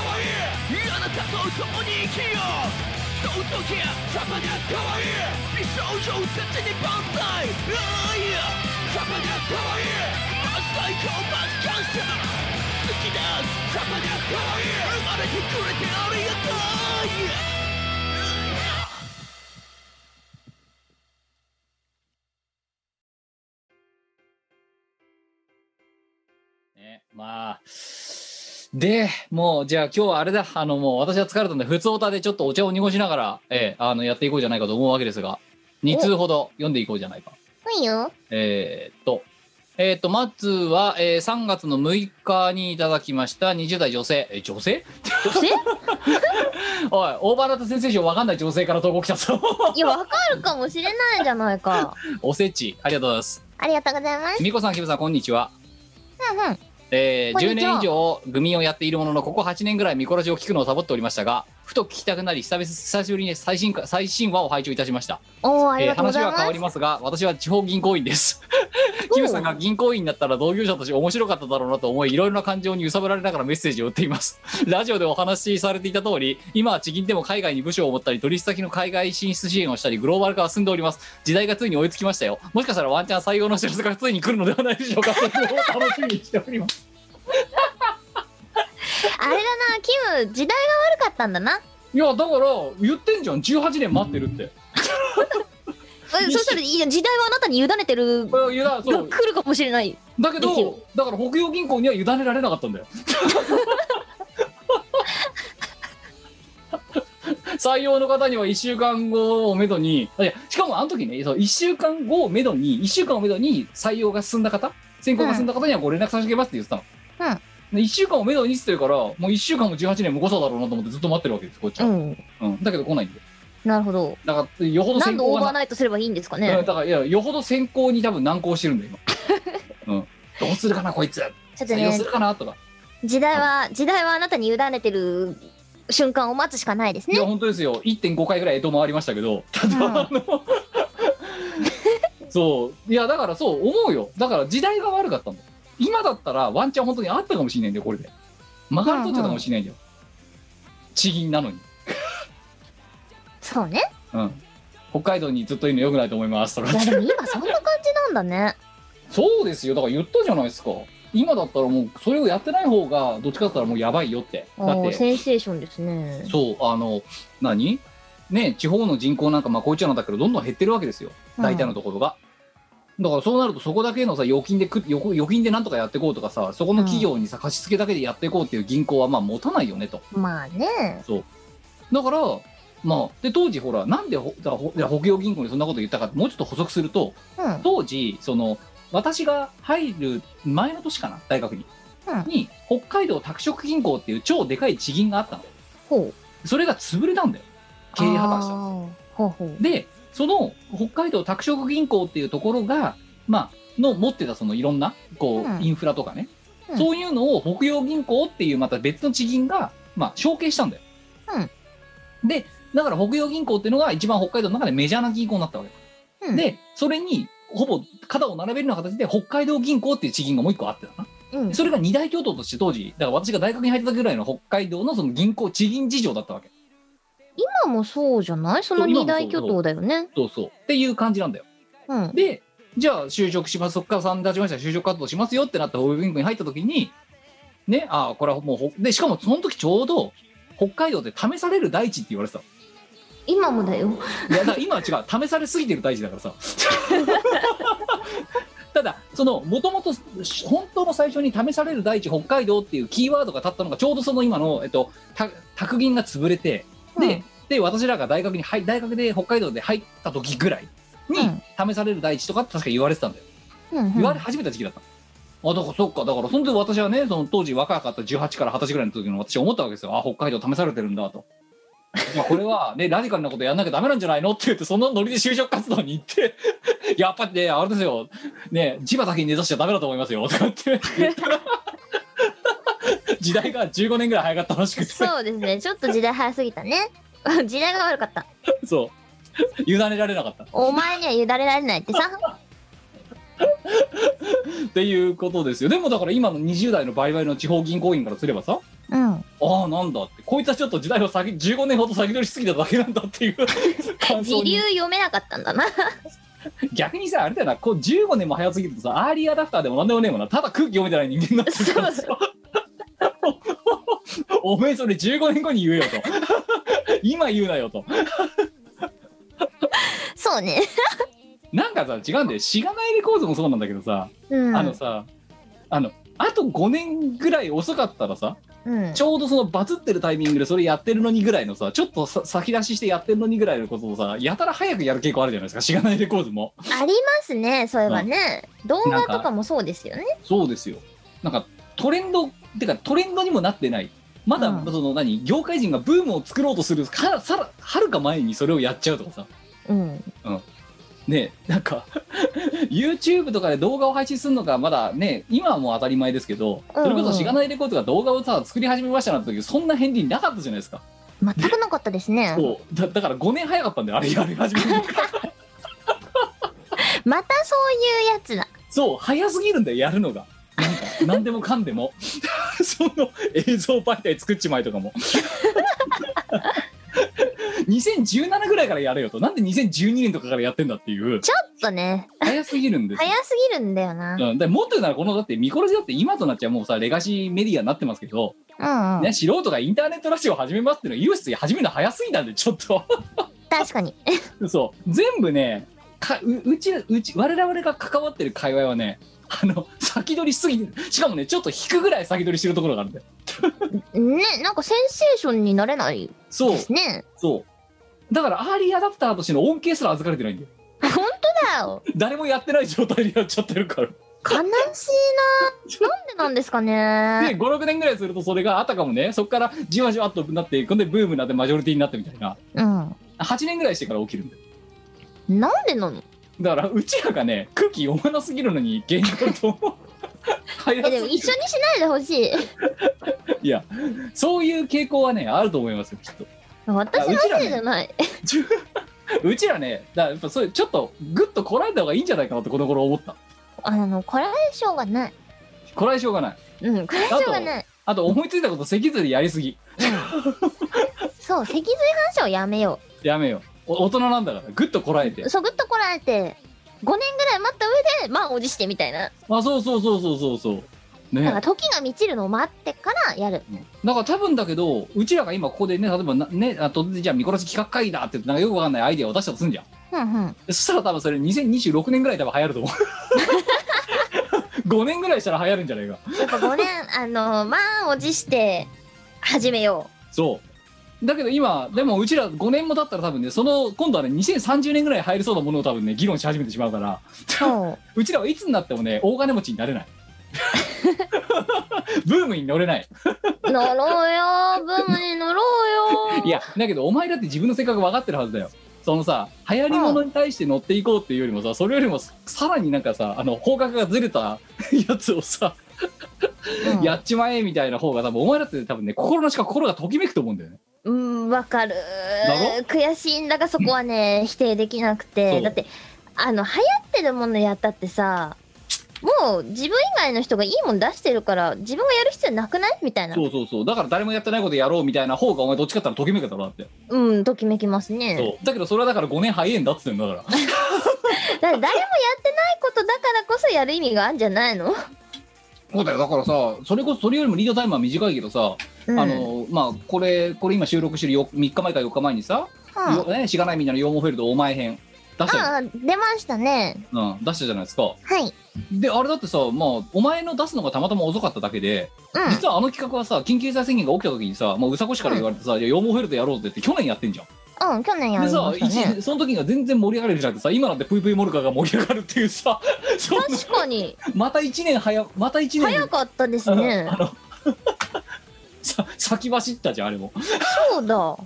わいいあなたと共に生きようその時ジャパニーズかわいい美少女たちに万歳あいやジャパニーズかわいいマス最高マス感謝好きだジャパニーズかわいい生まれてくれてありがとう
ね、まあ。で、もう、じゃあ今日はあれだ、あの、もう私は疲れたんで、普通オタでちょっとお茶を濁しながら、ええあの、やっていこうじゃないかと思うわけですが、2通ほど読んでいこうじゃないか。
いよ。
えーっと、えーっと、まずは、えー3月の6日にいただきました20代女性、え、女性
女性
おい、オーバーラット先生賞わかんない女性から投稿来たぞ。
*laughs*
*laughs*
いや、わかるかもしれないじゃないか。
おせち、ありがとうございます。
ありがとうございます。
みこさん、きむさん、こんにちは。
うんうん。
えー
こん
10
にちは
年以上グミをやっているもののここ8年ぐらいミコラジを聞くのをサボっておりましたがふと聞きたくなり久々久しぶりに最新か最新話を拝聴いたしました
おー、あり
えー
がとうご
話
ざい
は
ます。
変わりますが私は地方銀行員ですキムさんが銀行員になったら同業者として面白かっただろうなと思いいろいろな感情に揺さぶられながらメッセージを打っています *laughs* ラジオでお話しされていた通り今は地銀でも海外に部署を持ったり取引先の海外進出支援をしたりグローバル化は進んでおります時代がついに追いつきましたよもしかしたらワンチャン採用の知らせがついに来るのではないでしょうかそれを *laughs* 楽しみにしております
あれだな、キム、時代が悪かったんだな。
いやだから言ってんじゃん18年待ってるって、
そしたら、いや時代はあなたに委ねてる
これをゆだそ
が
う
来るかもしれない。
だけ
ですよ
どだから北洋銀行には委ねられなかったんだ
*laughs*
よ採用の方には1週間後をめどにいやしかもあの時ねそう1週間後をめどに1週間をめどに採用が進んだ方選考が進んだ方にはご連絡差し上げますって言ってたの、
うん
1週間をめどにって言ってるからもう1週間も18年も誤差だろうなと思ってずっと待ってるわけですこっちは、うん
ん。
だけど来ないんで
なるほど。
だからよほど
何
選
度
考
オ
が
ー
な
バーナイトすればいいんですか
うん
ね。
だからいやよほど選考に多分難航してるんだよ
*laughs*
今、うん、どうするかなこいつ
ちょっと
採用
ね
す、るかなとか、
時代は、時代はあなたに委ねてる瞬間を待つしかないです
いや
ね。
本当ですよ1.5回ぐらい江戸回りましたけどただ、
うん
あのそういやだからそう思うよだから時代が悪かったんだよ今だったらワンチャン本当にあったかもしれないんだよこれで曲がり取っちゃったかもしれないんだよ、地銀なのに、
そうね。
うん、北海道にずっといるのよくないと思いますとか
い *laughs* や、でも今そんな感じな
*laughs*
んだね。
そうですよだから言ったじゃないですか今だったらもうそれをやってない方がどっちかって言ったらもうやばいよってだっ
おー
て
センセーションですね。
そうあの何ね地方の人口なんかまあこういっちゃなんだけどどんどん減ってるわけですよ
うん
大体のところが、だからそうなるとそこだけのさ預金でく預預金でなんとかやっていこうとかさそこの企業にさ貸し付けだけでやっていこうっていう銀行はまあ持たないよねと
まあね。
だからまあで当時ほらなんでほだほいや北洋銀行にそんなこと言ったかもうちょっと補足すると
うん。
当時その私が入る前の年かな大学に、
うん
に北海道拓殖銀行っていう超でかい地銀があったの
ほう。
それが潰れたんだよ経営破綻したの
あーほうほう。
でその北海道拓殖銀行っていうところがまあの持ってたそのいろんなこう、
うん
インフラとかね、
うん
そういうのを北洋銀行っていうまた別の地銀がまあ承継したんだよ、でだから北洋銀行っていうのが一番北海道の中でメジャーな銀行になったわけ、
うん、
でそれにほぼ肩を並べるような形で北海道銀行っていう地銀がもう一個あってたな
うん、
それが二大巨頭として当時だから私が大学に入った時ぐらいの北海道のその銀行地銀事情だったわけ
今もそうじゃないその二大巨頭だよね。
そうそうっていう感じなんだよ
うん。
で、じゃあ就職します、そこから3年経ちました、就職活動しますよってなったホールビンクに入った時に、ね、ああ、これはもうほ、で、しかもその時ちょうど、北海道で試される大地って言われてたの。
今もだよ。
いや、だから今は違う、試されすぎてる大地だからさ。 *laughs* ただそのもともと本当の最初に試される大地北海道っていうキーワードが立ったのがちょうどその今の、えっと、た宅銀が潰れてで,、
うん
で私らが大学に入大学で北海道で入った時ぐらいに試される大地とかって確か言われてたんだよ、
うんうん
言われ始めた時期だったのあだからそっかだからその時私はねその当時若かった18から20歳ぐらいの時の私は思ったわけですよあ北海道試されてるんだと。まあこれは
*laughs*
ねラディカルなことやんなきゃダメなんじゃないのって言ってそのノリで就職活動に行ってやっぱりねあれですよね地場だけに根ざしちゃダメだと思いますよとか
*laughs*
って言ったら時代が15年ぐらい早かったらしくて
そうですね。ちょっと時代早すぎたね。時代が悪かった。
そう委ねられなかった
お前には委ねられないっ
*laughs*
てさ。
っていうことですよでもだから今の20代の売買の地方銀行員からすればさ
うん。
ああなんだってこいつはちょっと時代を先15年ほど先取りしすぎただけなんだって
*laughs*
いう感想
時
に
流読めなかったんだな。
逆にさあれだよなこう15年も早すぎるとさアーリーアダプターでもなんでもねえもんなただ空気読めてない人間になってるからさ *laughs* おめえそれ15年後に言えよと *laughs* 今言うなよと
そうね。
なんかさ違うんだよしがないレコーズもそうなんだけどさ、
うん。
あのさあのあと5年ぐらい遅かったらさ
うん
ち。ょうどそのバズってるタイミングでそれやってるのにぐらいのさちょっとさ先出ししてやってるのにぐらいのことをさやたら早くやる傾向あるじゃないですかしがないレコーズも
ありますね。そういえばね。動画とかもそうですよね。
そうですよなんかトレンドってかトレンドにもなってないまだ
うん
その何、業界人がブームを作ろうとするからさらはるか前にそれをやっちゃうとかさ
うん。
ねなんか *laughs* YouTube とかで動画を配信するのがまだね今はもう当たり前ですけど、
うんうん
それこそしがないレコードが動画をさ作り始めましたなんて時そんな返事なかったじゃないですか、
全くなかったですね。
そうだだから5年早かったんだよあれやり始めるの
またそういうやつだ。
そう早すぎるんだよやるのがなんか何でもかんでも *laughs* その映像媒体作っちまいとかも *laughs* 2017ぐらいからやれよとなんで2012年とかからやってんだっていう
ちょっとね。
早すぎるんですよ
早すぎるんだよな。
うん、でもっと言うならこのだってミコロジだって今となっちゃもうさレガシーメディアになってますけど、
うんうん
ね、。素人がインターネットラジオを始めますっていうのはユース始めるの早すぎたんでちょっと
確かに。
そう全部ねかううちうち我々が関わってる界隈はねあの先取りしすぎてるしかもねちょっと引くぐらい先取りしてるところがあるんだよ
ね、なんかセンセーションになれない
そう
ですね。
そうだからアーリーアダプターとしての恩恵すら預かれてないんだよ
本当だよ。
誰もやってない状態になっちゃってるから
悲し
*laughs*
いな。なんでなんですかね。
で56年ぐらいするとそれがあたかもねそこからじわじわっとなってほんでブームになってマジョリティになってみたいな
うん。
8年ぐらいしてから起きるんだよ
なんでなの
だからうちらがね空気読まなすぎるのに原因だと思う早
え
す
で
ぎ
も
る
一緒にしないでほしい。
いやそういう傾向はねあると思いますよきっと
私のせいじゃない。
うちらねだからやっぱそういうちょっとグッとこらえた方がいいんじゃないかなってこの頃思った
あの、こらえ性がない。
こらえしょうがない
うん、こらえ性がない。
あと思いついたこと脊髄でやりすぎ
そう、脊髄反射をやめよ
やめようお大人なんだからグッとこらえて
う。そう、ぐっとこらえて、5年ぐらい待った上で、満を持してみたいな。
あそうそうそうそうそうそうね
だから時が満ちるのを待ってからやる。
だから多分だけどうちらが今ここでね例えばなねあとじゃあ見殺し企画会議だって言ってなんかよくわかんないアイデアを出したとすんじゃん
うんうん。
でそしたら多分それ2026年ぐらい多分流行る *laughs* と
*laughs*
思う5年ぐらいしたら流行るんじゃないか
やっぱ5年、 *laughs* あの、満を持して、始めよ
そうだけど今でもうちら5年も経ったら多分ねその今度はね2030年ぐらい入りそうなものを多分ね議論し始めてしまうから
う。そう。
うちらはいつになってもね大金持ちにな
*laughs*
れないブームに乗れない
乗ろうよブームに乗ろう
*laughs*
よ
いやだけどお前だって自分の性格分かってるはずだよそのさ流行りものに対して乗っていこうっていうよりもさそれよりもさらになんかさあの方角がずれた *laughs* やつをさ
うん
やっちまえみたいな方が多分お前だって多分ね心のしか心がときめくと思うんだよね
うんわかる
だ
悔しいんだがそこはね否定できなく
そ
て
う
だってあの流行ってるものやったってさもう自分以外の人がいいもん出してるから自分がやる必要なくないみたいな
そうそうそうだから誰もやってないことやろうみたいな方がお前どっちかって言ったらときめくだろだって、
うんときめきますねだっ
そ
て
うだけどそれはだから5年早いんだっつってんだ
*laughs*
から
誰もやってないことだからこそやる意味があるんじゃないの、
そうだよだからさそれこそそれよりもリードタイムは短いけどさ、
うん、
あのまあこれこれ今収録してるよ3日前か4日前にさ、
うん
よね、しがないみんなの羊毛フェルドお前編出したじゃん
ああ出ましたね
うん、出したじゃないですか
はい
であれだってさまあお前の出すのがたまたま遅かっただけで、
うん
実はあの企画はさ緊急事態宣言が起きた時にさもううさこしから言われてさ「いや羊毛フェルトやろうぜ」って去年やってんじゃん
うん、去年や
で
り
さ
ま、したね。
一その時が全然盛り上がれるじゃんってさ今なんてぷいぷいモルカーが盛り上がるっていうさ *laughs* そんな
確かに、
また1年早また1年
早かったですね。
さ先走ったじゃんあれも *laughs*
そうだ。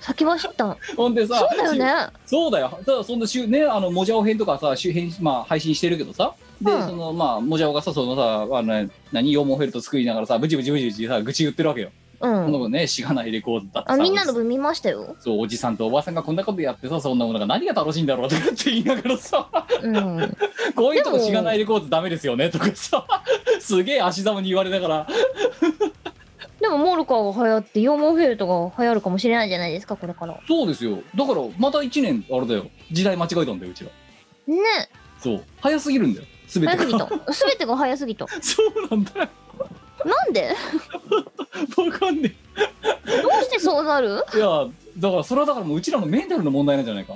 先走った。
ほんでさ
そうだよね。
そうだよただそんな週ねあのモジャオ編とかさ周辺まあ配信してるけどさで、
うん
そのまあモジャオがさそのさあの、ね、何羊毛フェルト作りながらさブチブチブチブチさ愚痴言ってるわけよ、
う。
こん、なんことねしがないレコードだって
あ、
さ
みんなの分見ましたよ。
そうおじさんとおばさんがこんなことやってさそんなものが何が楽しいんだろうとかって言いながらさ *laughs*
うん。
こういうとこ
でも
しがないレコードダメですよねとかさ *laughs* すげえ足ざまに言われながら
でもモルカーが流行って羊毛フェルトが流行るかもしれないじゃないですかこれから。ね。
そうですよだからまた1年あれだよ時代間違えたんだようちらそう早すぎるんだよ全て
早すぎ
が
た。すべてが早すぎた。
そうなんだよ
なんで？
わかんね
どうしてそうなる？
えいやだからそれはだからもううちらのメンタルの問題なんじゃないか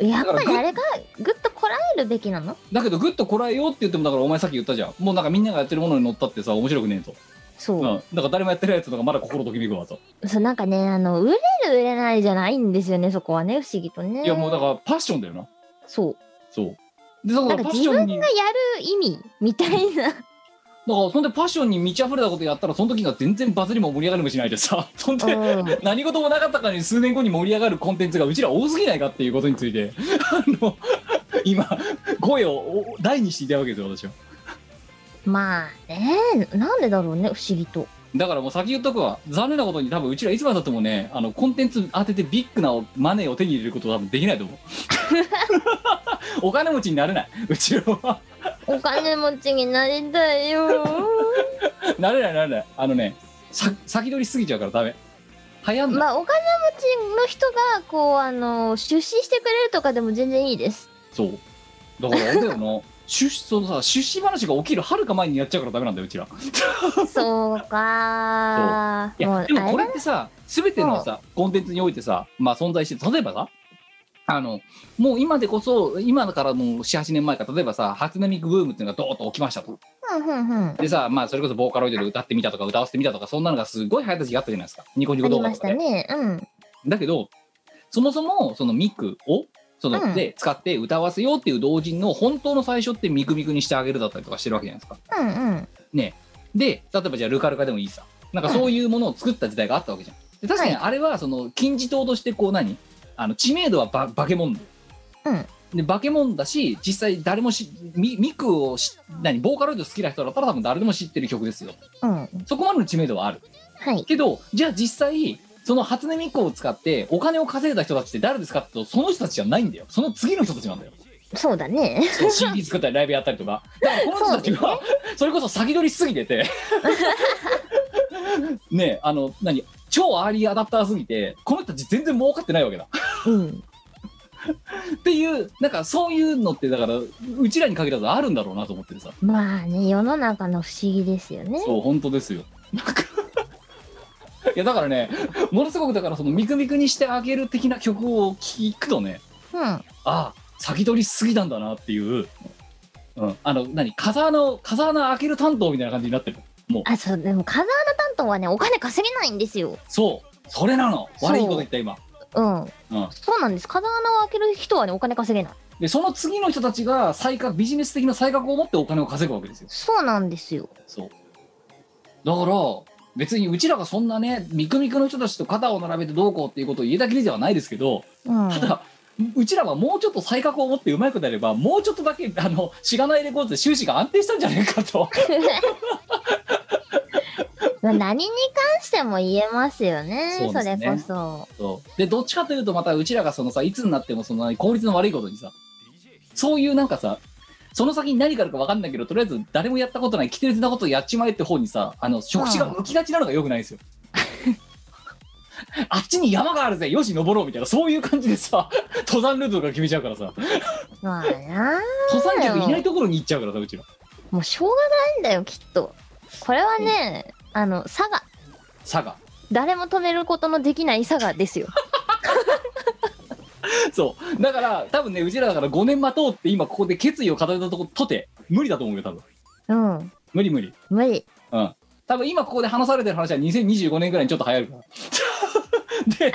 やっぱりあれがぐっとこらえるべきなの？
だけどグッとこらえようって言ってもだからお前さっき言ったじゃんもうなんかみんながやってるものに乗ったってさ面白くねえと、うん、
そ
だから誰もやってないやつとかまだ心ときめくわと、
う。そうなんかねあの売れる売れないじゃないんですよねそこはね不思議とね。
いやもうだからパッションだよな
そう。
そうでだか
な
ら
んか
パッ
自
ションに
分がやる意味みたいな。
だからそんでパッションに満ち溢れたことやったらその時が全然バズりも盛り上がりもしないでさ *laughs* そんで
うん。
何事もなかったかに数年後に盛り上がるコンテンツがうちら多すぎないかっていうことについて *laughs* あの今声をお大にしていたわけですよ私は
*laughs* まあねなんでだろうね不思議と。
だからもう先言っとくわ残念なことに多分うちらいつまでたってもねあのコンテンツ当ててビッグなマネーを手に入れることは多分できないと思うお金持ちになれないうちらは
お金持ちになりた
*laughs*
いよ。
なれないなれないあのねさ先取りしすぎちゃうからダメ流行んない、
まあお金持ちの人がこうあの出資してくれるとかでも全然いい
*laughs*
です。
そうだからあれだよな出資そのさ出資話が起きるはるか前にやっちゃうからダメなんだようちら
そうか
い
もう
や
あ
でもこ
れ
れ
だ
ってさ全てのさコンテンツにおいてさまあ存在して例えばさあのもう今でこそ今からもう78年前か例えばさ初音ミクブームっていうのがドーッと起きましたと
うんうんうん
でさまあそれこそボーカロイドで歌ってみたとか歌わせてみたとかそんなのがすごい流行った時期があったじゃないですかニコニ
あ
コ
り
動画
ま
と
し
か
た
で、
ねうん
だけどそもそもそのミクをその、
うん
で使って歌わせようっていう同人の本当の最初ってミクミクにしてあげるだったりとかしてるわけじゃないですか
うんうん
で例えばじゃあルカルカでもいいさなんかそういうものを作った時代があったわけじゃんで確かにあれはその金字塔としてこう何あの知名度はババケモン
うん
でバケモンだし実際誰もしミミクをし何ボーカロイド好きな人だったら多分誰でも知ってる曲ですよ
うん
そこまでの知名度はある
はい
けどじゃあ実際その初音ミクを使ってお金を稼いだ人たちって誰ですかって言うとその人たちじゃないんだよその次の人たちなんだよ
そうだね
そう CD 作ったりライブやったりとかだからこの人たちがそれこそ先取りしすぎててねえあの何超アーリーアダプターすぎてこの人たち全然儲かってないわけだ
うん
っていうなんかそういうのってだからうちらに限らずあるんだろうなと思っててさ
まあね世の中の不思議ですよね
そう本当ですよなんかいやだからねものすごくだからそのミクミクにしてあげる的な曲を聴くとね
うん
ああ先取りしすぎたんだなっていう、うん、あの何風穴を風穴開ける担当みたいな感じになってる
あそうでも風穴担当はねお金稼げないんですよ
そう、それなの。
そう
悪いこと言った今。
うん、
ん
そうなんです風穴を開ける人はねお金稼げない
で、その次の人たちが才覚、ビジネス的な才覚を持ってお金を稼ぐわけですよ。
そうなんですよ
そう。だから、別にうちらがそんなね、ミクミクの人たちと肩を並べてどうこうっていうことを言えたきりではないですけど、
うん *laughs*
ただ、うちらはもうちょっと才覚を持ってうまくなれば、もうちょっとだけ、あの、しがないレコードで収支が安定したんじゃないかと。
まあ何に関しても言えますよね
そう
そ
ですね
れこそ
そうでどっちかというとまたうちらがそのさいつになってもその効率の悪いことにさそういうなんかさその先に何があるか分かんないけどとりあえず誰もやったことない規定なことをやっちまえって方にさあの職種が向きがちなのがよくないんですよ。 *laughs* あっちに山があるぜよし登ろうみたいなそういう感じでさ登山ルートとか決めちゃうからさ
まあな
登山客いないところに行っちゃうからさうちら
もうしょうがないんだよきっとこれはね、あの佐賀
佐賀
誰も止めることのできない佐賀ですよ
そうだから多分ねうちらだから5年待とうって今ここで決意を固めたとことて無理だと思うよ多分
うん。
無理無理
無理。
うん多分今ここで話されてる話は2025年ぐらいにちょっと流行るからで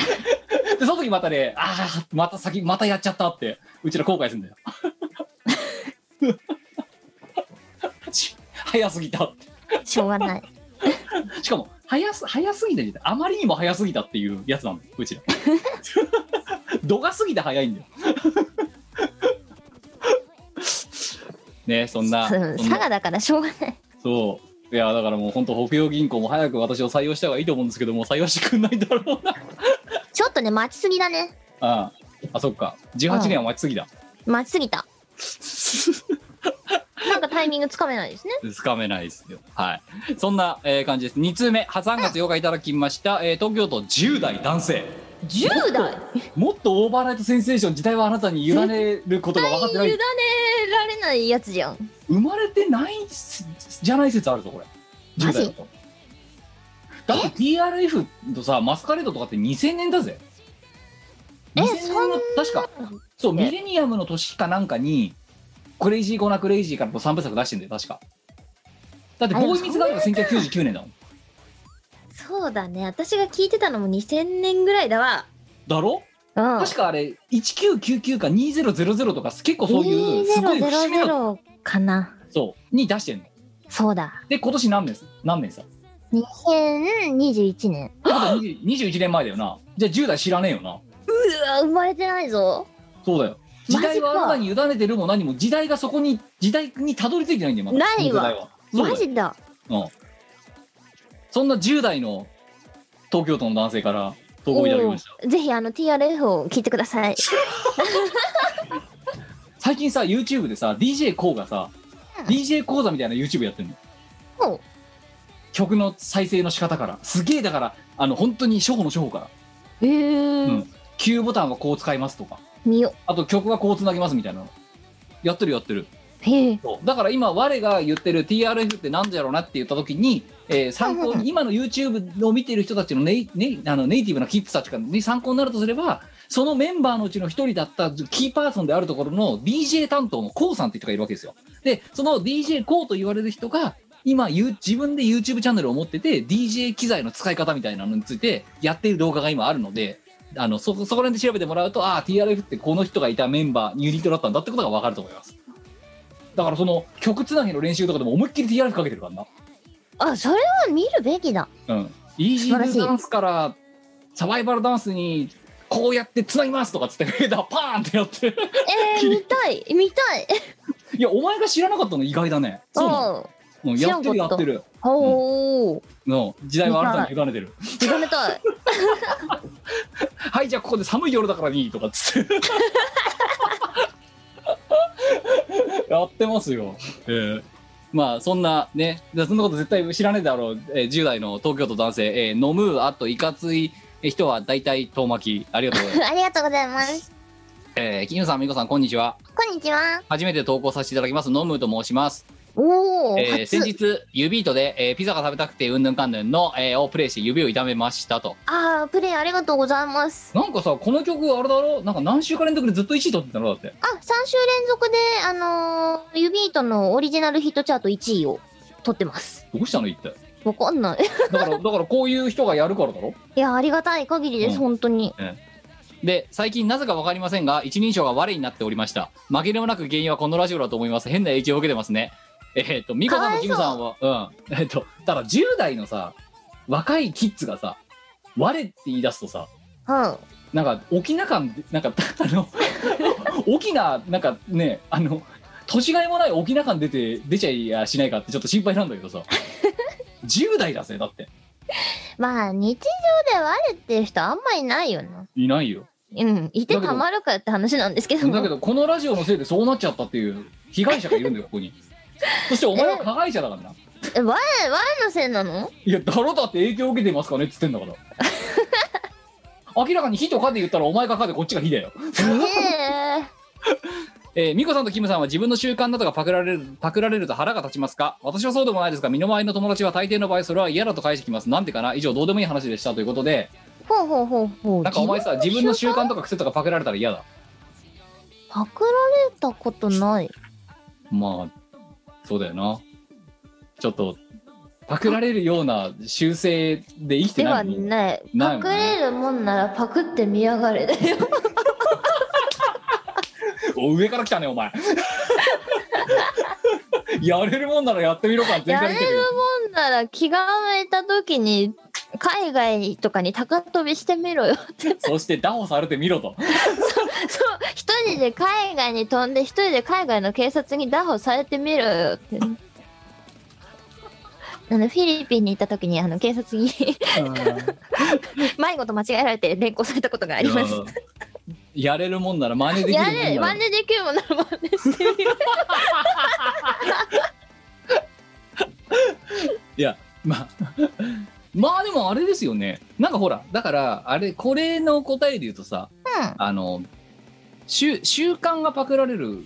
でその時またねああまた先またやっちゃったってうちら後悔するんだよ *laughs* し早すぎたって
しょうがない。
しかも早す早すぎたじゃないあまりにも早すぎたっていうやつなのようちら度が過ぎて早いんだよねそんな
うん
そんな
佐賀だからしょうがない。
そう。いや、だからもう本当、北洋銀行も早く私を採用した方がいいと思うんですけども、採用してくんないんだろうな。
ちょっとね、待ちすぎだね。
ああ、あそっか。18年は待ちすぎだ。
待ちす
*laughs*
ぎた。なんかタイミングつかめないですね。
つかめないですよ。はい。そんな、えー感じです。2通目、は3月8日いただきました、えー東京都10代男性。
10代
もっとオーバーライトセンセーション時代はあなたに委ねることが分かって
委
な
ね
い。
られないやつじゃん。
生まれてないじゃない説あるぞ、これ。10代だと。だって TRF とさ、マスカレードとかって2000年だぜ。
え
2000年の確か、そう、
ね
ミレニアムの年かなんかに、クレイジーゴナクレイジーから3部作出してんだよ、確か。だって、
あでも
ボーイミズガールが1999年だもん。
そうだね。私が聞いてたのも2000年ぐらいだわ。
だろ
うん。
確かあれ、1999か2000とか、結構そういう、すごい節目の、
2000かな。
そう、に出してんの。
そうだ。
で、今年何年す何年さって
2021年。
ことは20 21年前だよな。じゃあ10代知らねえよな。
うわ、生まれてないぞ。
そうだよ。
マジ
時
か
代はあなたに委ねてるも何も、時代がそこに、時代にたどり着いてないんだよ、まだ
ないわ
その時代は。そうだよう
マジだ。
ん、そんな10代の東京都の男性から投稿いただきました
おーぜひあの TRF を聞いてください。
最近さ YouTube でさ d j k o がさ、
うん
d j 講座みたいな YouTube やってるの
おう
曲の再生の仕方からすげえだからあの本当に初歩の初歩から
えー
うん Q ボタンはこう使いますとか
見よ。
あと曲はこうつなげますみたいなのやってるやってる
へえ。
そうだから今我が言ってる TRF ってなんだろうなって言った時に、えー参考
うんうんう
に今の YouTube を見てる人たちのネイネイあのネイティブなキッズたちに参考になるとすればそのメンバーのうちの一人だったキーパーソンであるところの DJ 担当の k o さんって人がいるわけですよでその DJ k o と言われる人が今ゆ自分で YouTube チャンネルを持ってて DJ 機材の使い方みたいなのについてやっている動画が今あるのであのそそこら辺で調べてもらうとああ TRF ってこの人がいたメンバーユニットだったんだってことが分かると思いますだからその曲つなぎの練習とかでも思いっきり TRF かけてるから
あ、それは見るべきだ。
な。うん。イージ
素晴
ー
らし
ズ
い
ダンスからサバイバルダンスにこうやってつなぎますとかっつってフェーダーパーンってやって。 *laughs*
えー、見たい。見たい。
いや、お前が知らなかったの意外だね。そうなの。
おう
うん、やってる
知ら
や
んか
っ
った
てる。
おー。
の時代は新たに委ねてる。
認めたい。
はい、じゃあここで寒い夜だからにとかっつって。やってますよ。えーまあそんなね、だそんなこと絶対知らねえだろう、えー10代の東京都男性、えー飲む、あといかつい人は大体遠巻き。ありがとうございます。
ありがとうございます。
*laughs* えー、キムさん、ミコさん、こんにちは。
こんにちは。
初めて投稿させていただきます、飲むと申します。
*laughs* おお、
えー
初
先日、ユビートで、えーピザが食べたくて、うんぬんかんぬんの、えーをプレイして指を痛めましたと。
ああプレイありがとうございます
なんかさ、この曲、あれだろなんか何週間連続でずっと1位取ってたのだって。
あ三3週連続であのー、ユビートのオリジナルヒットチャート1位を取ってます
どうしたの一体。
わかんない
だから、だからこういう人がやるからだろ
いやありがたい限りです、
うん
本当に
で、最近なぜかわかりませんが、一人称が我になっておりました。紛れもなく原因はこのラジオだと思います。変な影響を受けてますね。えーっと、ミコさんとキムさんは、うん。えーっと、ただ10代のさ、若いキッズがさ、我って言い出すとさ、
うん
なんか沖縄感なんかあの沖縄なんかねあの年がいもない沖縄感出て出ちゃいやしないかってちょっと心配なんだけどさ10代だぜだって
まあ日常で割れてる人あんまりないよない
ないよ
うんいてたまるかって話なんですけども
だけどこのラジオのせいでそうなっちゃったっていう被害者がいるんだよここにそしてお前は加害者だからな
え我我のせいなの
いやだろだって影響を受けてますかねっつってんだから明らかに「火」と「か」で言ったらお前が「か」でこっちが「火」だよ
ね
*laughs*
え
えー、ミコさんとキムさんは自分の習慣などがパクられるパクられると腹が立ちますか私はそうでもないですが身の回りの友達は大抵の場合それは嫌だと返してきますなんでかな以上どうでもいい話でしたということで
ほうほうほうほう
なんかお前さ自分の習慣とか癖とかパクられたら嫌だ
パクられたことない
まあそうだよなちょっとパクられるような修正で生きて
で
な
はい
もん
ない
ない
パ
もん
クれるもんならパクって見やがれだよ
お上から来たねお前 *laughs* やれるもんならやってみろか全
や
然
れ
来てる
るもん *laughs* なら気が向いた時に海外とかに高飛びしてみろ *laughs* よ
そしてダホされてみろと
そう一人で海外に飛んで一人で海外の警察に拿捕されてみろよ *laughs* ってあのフィリピンに行った時にあの警察に *laughs* 迷子と間違えられて連行されたことがあります
やれるもんなら真似できる
や
もんなら
れ真似できるもんなら真似してみる
いやまあ *laughs* まあでもあれですよねなんかほらだからあれこれの答えで言うとさ、
うん
あの習習慣がパクられる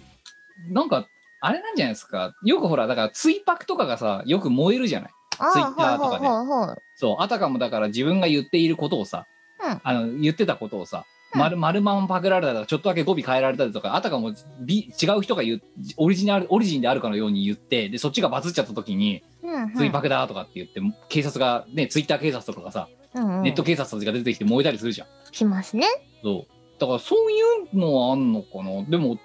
なんかあれなんじゃないですかよくほらだから追パクとかがさよく燃えるじゃない
ああ
Twitter と
ほ
か
う
ね
ほうほうほう
そうあたかもだから自分が言っていることをさ、
うん
あの言ってたことをさ丸丸まんパクられたとかちょっとだけ語尾変えられたりとかあたかもび違う人が言うオリジナルオリジンであるかのように言ってでそっちがバズっちゃった時に
うんうん
「追爆だ」とかって言って警察がねツイッター警察とかがさ
うんうん
ネット警察たちが出てきて燃えたりするじゃん。
しますね
そうだからそういうのはあんのかなでも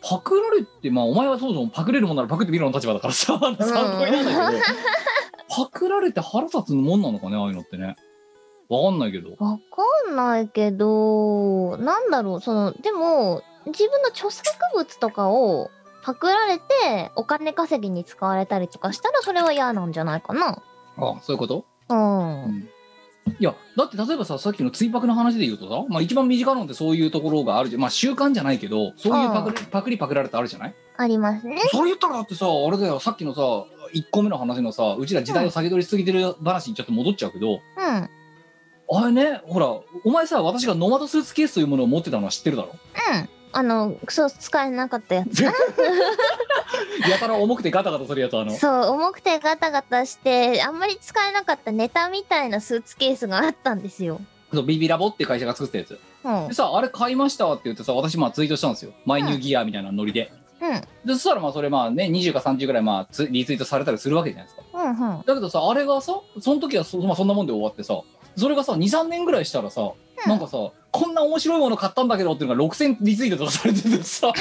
パクられてまあお前はそもそもパクれるもんならパクってみろの立場だからさ参考になんだけどパクられて腹立つもんなのかねああいうのってね。わかんないけど。
わかんないけど、なんだろう、その、でも、自分の著作物とかをパクられて、お金稼ぎに使われたりとかしたら、それは嫌なんじゃないかな。
あそういうこと
うん。うん
いやだって例えばささっきの追爆の話で言うとさ、まあ、一番身近なのってそういうところがあるじゃんまあ習慣じゃないけどそういうパクリパクリパクられてあるじゃない
ありますね。
それ言ったらだってさあれだよさっきのさ1個目の話のさうちら時代を下げ取りしすぎてる話にちょっと戻っちゃうけど、
うん。
あれねほらお前さ私がノマドスーツケースというものを持ってたのは知ってるだろ
あの、そう、使えなかったや
やたら重くてガタガタするやつあの
つ。 *laughs* そう、重くてガタガタして、あんまり使えなかったネタみたいなスーツケースがあったんですよ。
そうビビラボっていう会社が作ったやつ
うん
で。さあれ買いましたって言ってさ私まあツイートしたんですよマイニューギアみたいなノリで、
うん。
でそしたらまあそれまあね20か30ぐらいまあツリツイートされたりするわけじゃないですか
うん。うん。
だけどさあれがさその時はそ,、まあ、そんなもんで終わってさそれがさ23年ぐらいしたらさ、なんかさこんな面白いもの買ったんだけどっていうのが6000リツイートとかされてて
*laughs*
さ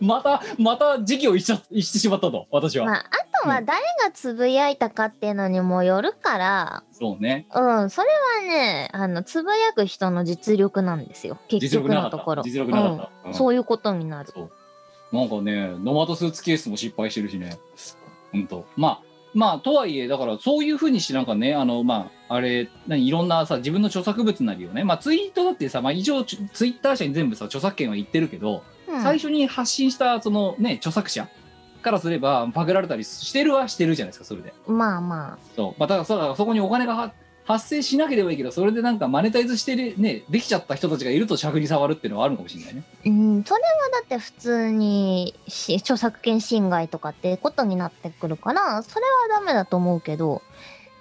またまた時期を逸しちゃ逸してしまったと私は、
まあ、あとは誰がつぶやいたかっていうのにもよるから、
そうね
うん、それはね、あの、つぶやく人の実力なんですよ。結
実力
局
な
の
か
と
っ
こ
た
ろ。
実力なかった、う
うんんそういうことになる。
なんかねノマドスーツケースも失敗してるしねほんとまあまあとはいえだからそういうふうにしてなんかねあのまああれ何いろんなさ自分の著作物なりをねまあツイートだってさまあ以上ツイッター社に全部さ著作権は言ってるけど、
うん
最初に発信したそのね著作者からすればパクられたりしてるはしてるじゃないですかそれで
まあま
そうまあだからそうだからそこにお金がは発生しなければいいけどそれでなんかマネタイズしてるねできちゃった人たちがいると尺に触るっていうのはあるのかもしれないね
あ。うん、それはだって普通にし著作権侵害とかってことになってくるから、それはダメだと思うけど、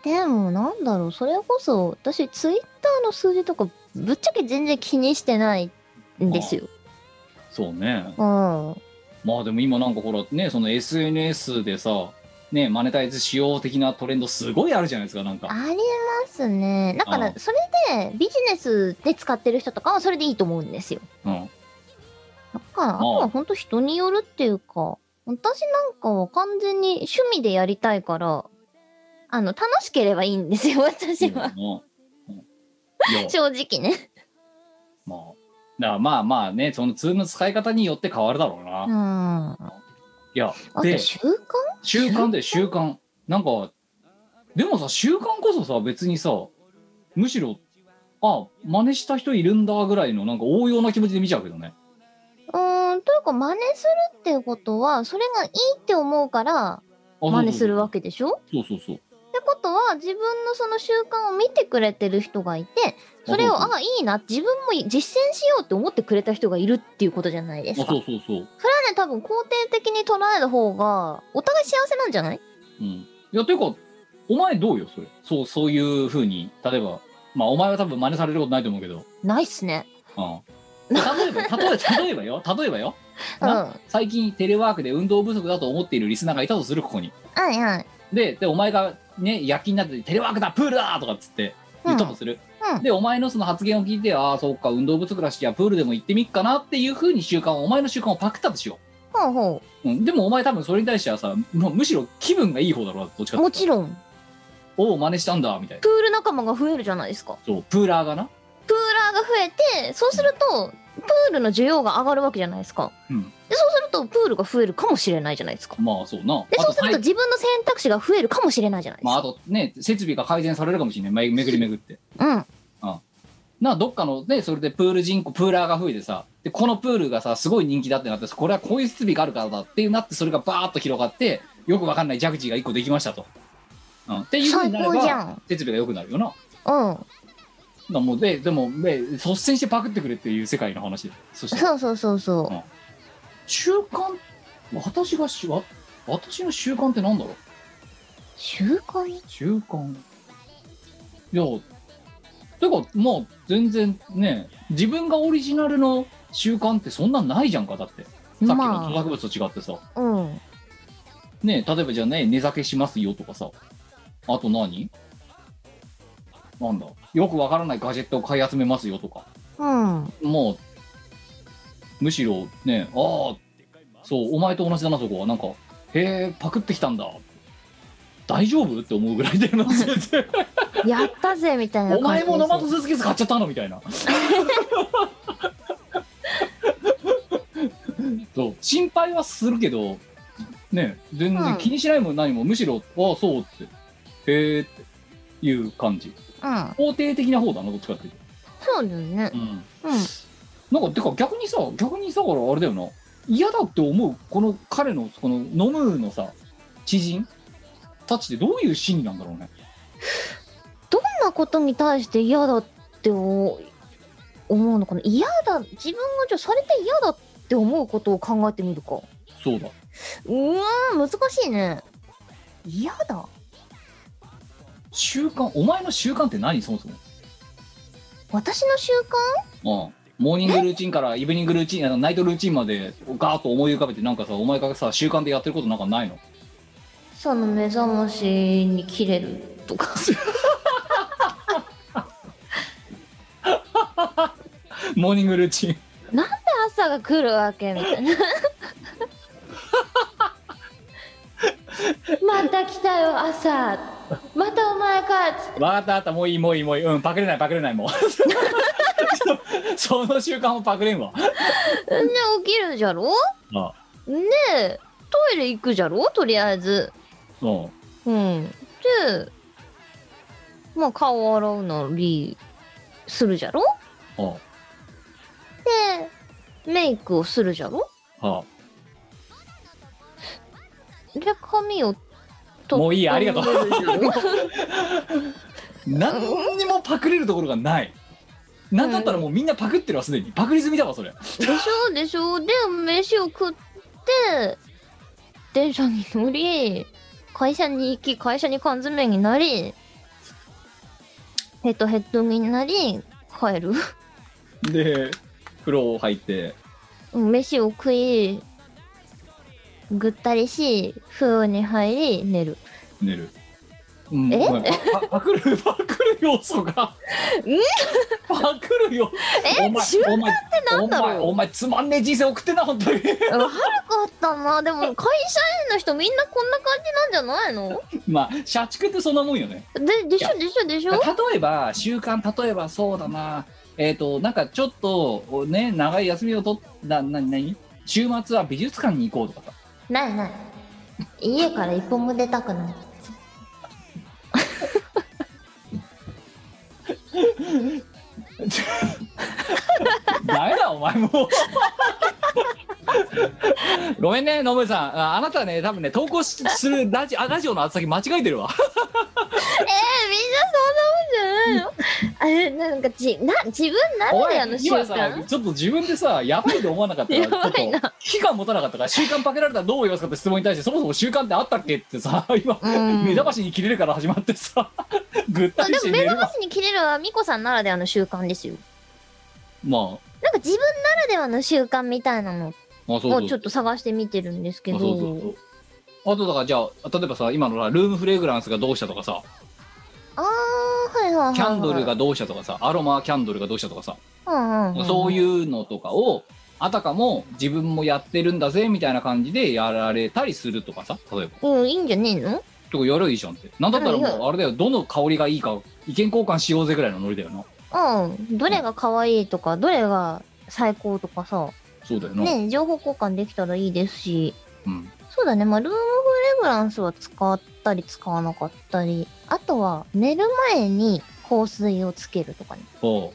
でもなんだろう、それこそ私ツイッターの数字とかぶっちゃけ全然気にしてないんですよ。
そうね
うん。
まあでも今なんかほらねその SNS でさねマネタイズ使用的なトレンドすごいあるじゃないですかなんか
ありますね。だか
う
ら
ん
それでビジネスで使ってる人とかはそれでいいと思うんですよ。
うん
だからあと
うん
は本当人によるっていうか私なんかは完全に趣味でやりたいからあの楽しければいいんですよ私は、
うんいや
正直ね。
まあだからまあまあねそのツーム使い方によって変わるだろうな、
う
い
ん。あ
や
と
で
習慣
習慣で習慣なんかでもさ習慣こそさ別にさむしろあ真似した人いるんだぐらいのなんか応用な気持ちで見ちゃうけどね
うーんというか真似するっていうことはそれがいいって思うから
あ
真似するわけでしょ
そうそうそう
ってことは自分のその習慣を見てくれてる人がいてそれを
あそうそう
あいいな自分も実践しようって思ってくれた人がいるっていうことじゃないです
あ
か
そうそうそう
それはね多分肯定的に捉える方がお互い幸せなんじゃない
うんいやていうかお前どうよそれそうそういうふうに例えばまあお前は多分真似されることないと思うけど、
ないっすね
うん、例えば例えば例えばよ例えばよ
うん。
な
は
最近テレワークで運動不足だと思っているリスナーがいたとするここに
いはい。
ででお前がね夜勤になっててテレワークだプールだとかっつって言ったとする、
うんうん
でお前のその発言を聞いてああそっか運動不足らしきゃプールでも行ってみっかなっていうふうに習慣をお前の習慣をパクったとしよ
ほうほ
う、うん、でもお前多分それに対してはさもうむしろ気分がいい方だろうなどっちか
う。
って
もちろん。
おお真似したんだみたいな
プール仲間が増えるじゃないですか。
そうプーラーがな、
プーラーが増えて、そうすると、プールの需要が上がるわけじゃないですか。
うん、
で、そうすると、プールが増えるかもしれないじゃないですか。
まあそうな
で、
あ
そ
と
うすると
最
自分の選択肢が増えるかもしれないじゃないで
ますあ、
か。
あとね設備が改善されるかもしれないめめぐりめぐって
うん。
などっかのねそれでプール人口プーラーが増えてさでこのプールがさすごい人気だってなってこれはこういう設備があるからだってなってそれがバーッと広がってよくわかんないジャグジーが1個できましたと、うん、っていうふう
最
になれ
高じゃ
ば
ん。
設備が良くなるよな
うん。
なもうででもね率先してパクってくれっていう世界の話でそ
*laughs*
して
そうそうそうそう。
習慣私がしわ私の習慣ってなんだろう
習慣
習慣いやてかもう全然ね自分がオリジナルの習慣ってそんなんないじゃんかだってさっきの
まあ
著作物と違ってさ
うん。
ね例えばじゃあね寝酒しますよとかさあと何なんだよくわからないガジェットを買い集めますよとか
うん。
もうむしろねああそうお前と同じだなそこはなんかへえパクってきたんだ大丈夫って思うぐらいだよな
やったぜみたいな
お
感
前
じ
も生と
です
スズキズ買っちゃったのみたいなそう心配はするけどね全
う
然
ん
気にしないも何もむしろああそうってへえっていう感じ
うん。
肯定的な方だなどっちかっていう
そうだよね
と、。うん、
うん。
なんかてか逆にさ逆にさだからあれだよな嫌だって思うこの彼のこの飲むのさ知人たちってどういう心理なんだろうね
どんなことに対して嫌だって思うのかな嫌だ自分がじゃあされて嫌だって思うことを考えてみるか
そうだ
うわー難しいね嫌だ
習慣お前の習慣って何そもそも
私の習
うんモーニングルーチンからイブニングルーチンあのナイトルーチンまでガーッと思い浮かべてなんかさお前がさ習慣でやってることなんかないの
慣さの目覚ましに切れるとか
モーニングルーチン
朝が来るわけみたい *laughs* なまた来たよ朝またお前かっつって
わかったわかったもういいもういいもういいうんパクれないパクれないもう *laughs* その習慣もパクれんわ
んで起きるじゃろ
あ
ねえトイレ行くじゃろとりあえず
うん
うん。で、まあ顔洗うなりするじゃろ
うん
で、メイクをするじゃろ
は
で、髪を
あ、
と
もういいありがとう
整えるじゃろ
*laughs* 何にもパクれるところがないなんだったらもうみんなパクってるわすでにパクり済みだわそれ
でしょでしょで、飯を食って、電車に乗り、会社に行き、会社に缶詰になり、ヘッドヘッドになり、帰る。
で風呂入って
うん飯を食い、ぐったりし、風呂に入り、寝る。
寝る、うん、
え
お前パパパクるパクる要素が
ん
パクるよ
え習慣
って
なんだ
お
ろう
前お前つまんねえ人生送ってんな本当に *laughs*
悪かったなでも会社員の人みんなこんな感じなんじゃないの
まあ社畜ってそんなもんよね
ででしょでしょでしょ
例えば習慣例えばそうだなえっ、となんかちょっとね長い休みをとなな何週末は美術館に行こうとかさ
ないない家から一歩も出たくない
ダメだお前もうごめんねノブさんああなたね多分ね投稿しするラジあラジオの厚先間違えてるわ
えー、みんな *laughs* そんなもんじゃないのあれなんかじな自分なん
お
であ
前
の習
今さ
慣
ちょっと自分でさやばいと思わなかったら
や
ちょ
ば
っ
いな
と期間持たなかったから習慣パクられたらどう思いますかって質問に対してそもそも習慣ってあったっけって
*laughs*
さ今、
うん
目覚ましに切れるから始まってさ *laughs* ぐった
あ
り
で
して
も
寝
目
る
覚ま
わ
しに切れるはミコさんならではの習慣ですよ
まあ
なんか自分ならではの習慣みたいなのっ
あ、そう
を
そう
ちょっと探してみてるんですけ
あ
ど
そうそうそうあとだからじゃあ例えばさ今のさルームフレグランスがどうしたとかさ
あーはいはいはいはい
キャンドルがどうしたとかさアロマキャンドルがどうしたとかさ
うんうんん
そういうのとかをあたかも自分もやってるんだぜみたいな感じでやられたりするとかさ例えば
うんいいんじゃねえの
とかやればいいじゃんってなんだったら
やればいい
もうあれだよどの香りがいいか意見交換しようぜぐらいのノリだよな
うんどれが可愛いとかどれが最高とかさ
そうだよな、
ね情報交換できたらいいですし
うん
そうだねまあルームフレグランスは使ったり使わなかったりあとは寝る前に香水をつけるとかね
おう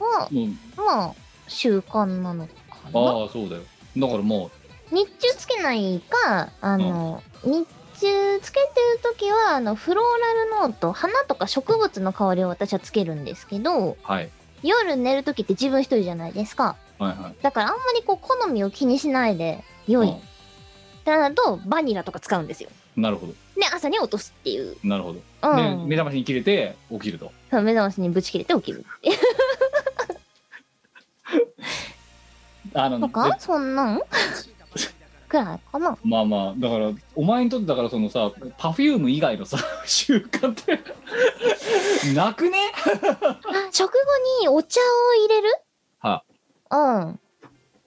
は
うん、
まあ習慣なのかな
ああそうだよだからも
日中つけないかあの、日中つけてる時はあのフローラルノート花とか植物の香りを私はつけるんですけど
う、はい、
夜寝る時って自分一人じゃないですか
はいはい
だからあんまりこう好みを気にしないで良い、ってなるとバニラとか使うんですよ
うんなるほど
で朝に落とすっていう、
なるほど、
う
で
ん、
目覚ましに切れて起きると
そう目覚ましにぶち切れて起きる
あの
と
で
かそんなんくらいかな
まあまあだからお前にとってだからそのさパフューム以外のさ *laughs* 習慣ってなくね
あ食後にお茶を入れる
は
うん。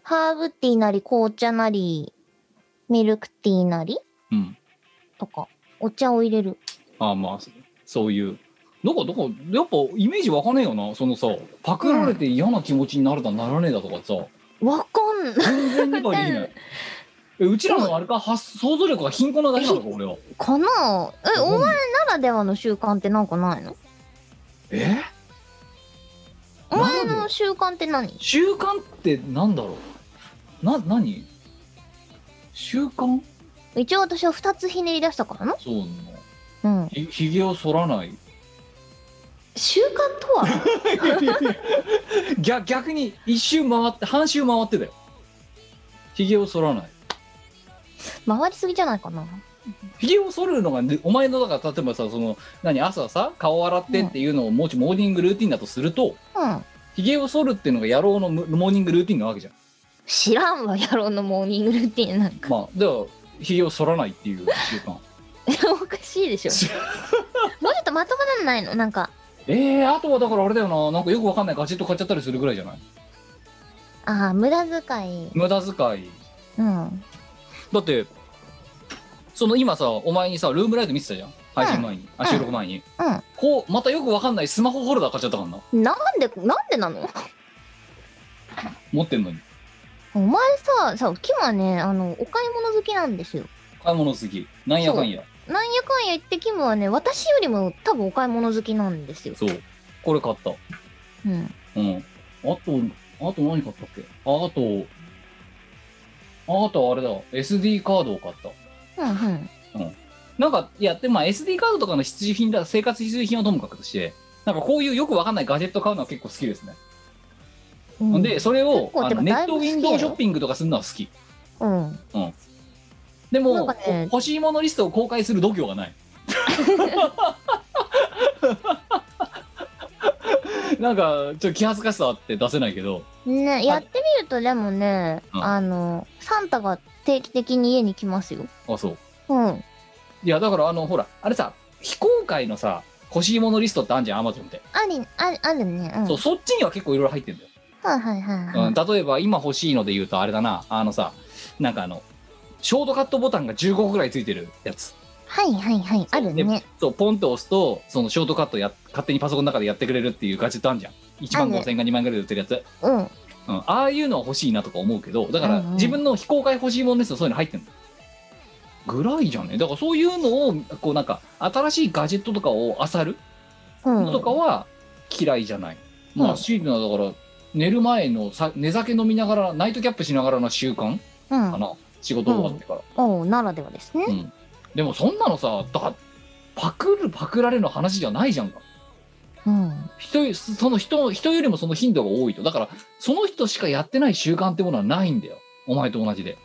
ハーブティーなり紅茶なりミルクティーなり
うん
とかお茶を入れる。
ああまあそそういうなんかだからやっぱイメージわかねえよなそのさパクられて嫌な気持ちになるだならねえだとかさ
わかんない。
全然理解できないえうちらのあれか発想想像力が貧困なだけなのか俺は
かなえ、お
前
前ならではの習慣ってなんかないの
え
お前
ならでは
の習慣って何
習慣ってなんだろうな何習慣
一応私は2つひねり出したからな。
そうなの
うん。
ひひげを剃らない
習慣とは
逆逆に一周回って半周回ってだよひげを剃らない
*laughs* 回りすぎじゃないかな。
ひげを剃るのがねお前のだから例えばさその何朝さ顔洗ってっていうのをもしモーニングルーティンだとすると
うん。
ひげを剃るっていうのが野郎のむモーニングルーティンなわけじゃん
知らんわ、野郎のモーニングルーティンなんか。
まあではひげを剃らないっていう習慣
*laughs* おかしいでしょ。もうちょっとまともなんないのなんか。
えー、あとはだからあれだよななんかよくわかんないガチッと買っちゃったりするぐらいじゃない
ああ、無駄遣い。
無駄遣い
うん。
だってその今さお前にさルームライト見てたじゃん配信前に、あ収録前に、
うん
こうまたよくわかんないスマホホルダー買っちゃったからな
なんで、なんでなの
持ってんのに
お前さ、さ、キムはね、あの、お買い物好きなんですよ。
買い物好きなんやかんや
なんやかんや言ってキムはね、私よりも多分お買い物好きなんですよ。
そうこれ買った
うん。
うんあとあと何買ったっけああとあとあれだ SD カードを買った
うんうん。
なんかいやでまあ SD カードとかの必需品だ生活必需品はともかくとしてなんかこういうよくわかんないガジェット買うのは結構好きですね、
うん、
でそれを
結構
あ
て
の
か
ネ
だ
ッ
いぶ
トウ
好きだ
ィ
よ
ンドウショッピングとかするのは好き
うん。
で
な
も、
んかね
欲しいものリストを公開する度胸が
*laughs*
ない。なんかちょっと気恥ずかしさあって出せないけど
ね、やってみるとでもね、
うん
あの、サンタが定期的に家に来ますよ。
あそう
うん。
いやだからあのほらあれさ非公開のさ欲しいものリストってあんじゃんアマゾンって、
あり、あり、あるね。うん。
そうそっちには結構いろいろ入ってんだよ、
はいはいはいはい。
うん、例えば今欲しいので言うとあれだなあのさなんかあのショートカットボタンが15個ぐらいついてるやつ
はいはいはい。あるね。
そうポンと押すとそのショートカットや勝手にパソコンの中でやってくれるっていうガジェットあんじゃん1万5000円か2万円ぐらいで売ってるやつ
うん。
うん、ああいうのは欲しいなとか思うけどだから
うんうん
自分の非公開欲しいものですよそういうの入ってるぐらいじゃねだからそういうのをこうなんか新しいガジェットとかを漁る
う
の
ん。
とかは嫌いじゃない、ま
う
あ
ん
シールはだから寝る前のさ寝酒飲みながらナイトキャップしながらの習慣
う
か
ん。
な、仕事終わってから、
おう、ならではですね。
うんでもそんなのさだパクるパクられるの話じゃないじゃんか
うん。
人よその人人よりもその頻度が多いとだからその人しかやってない習慣ってものはないんだよお前と同じで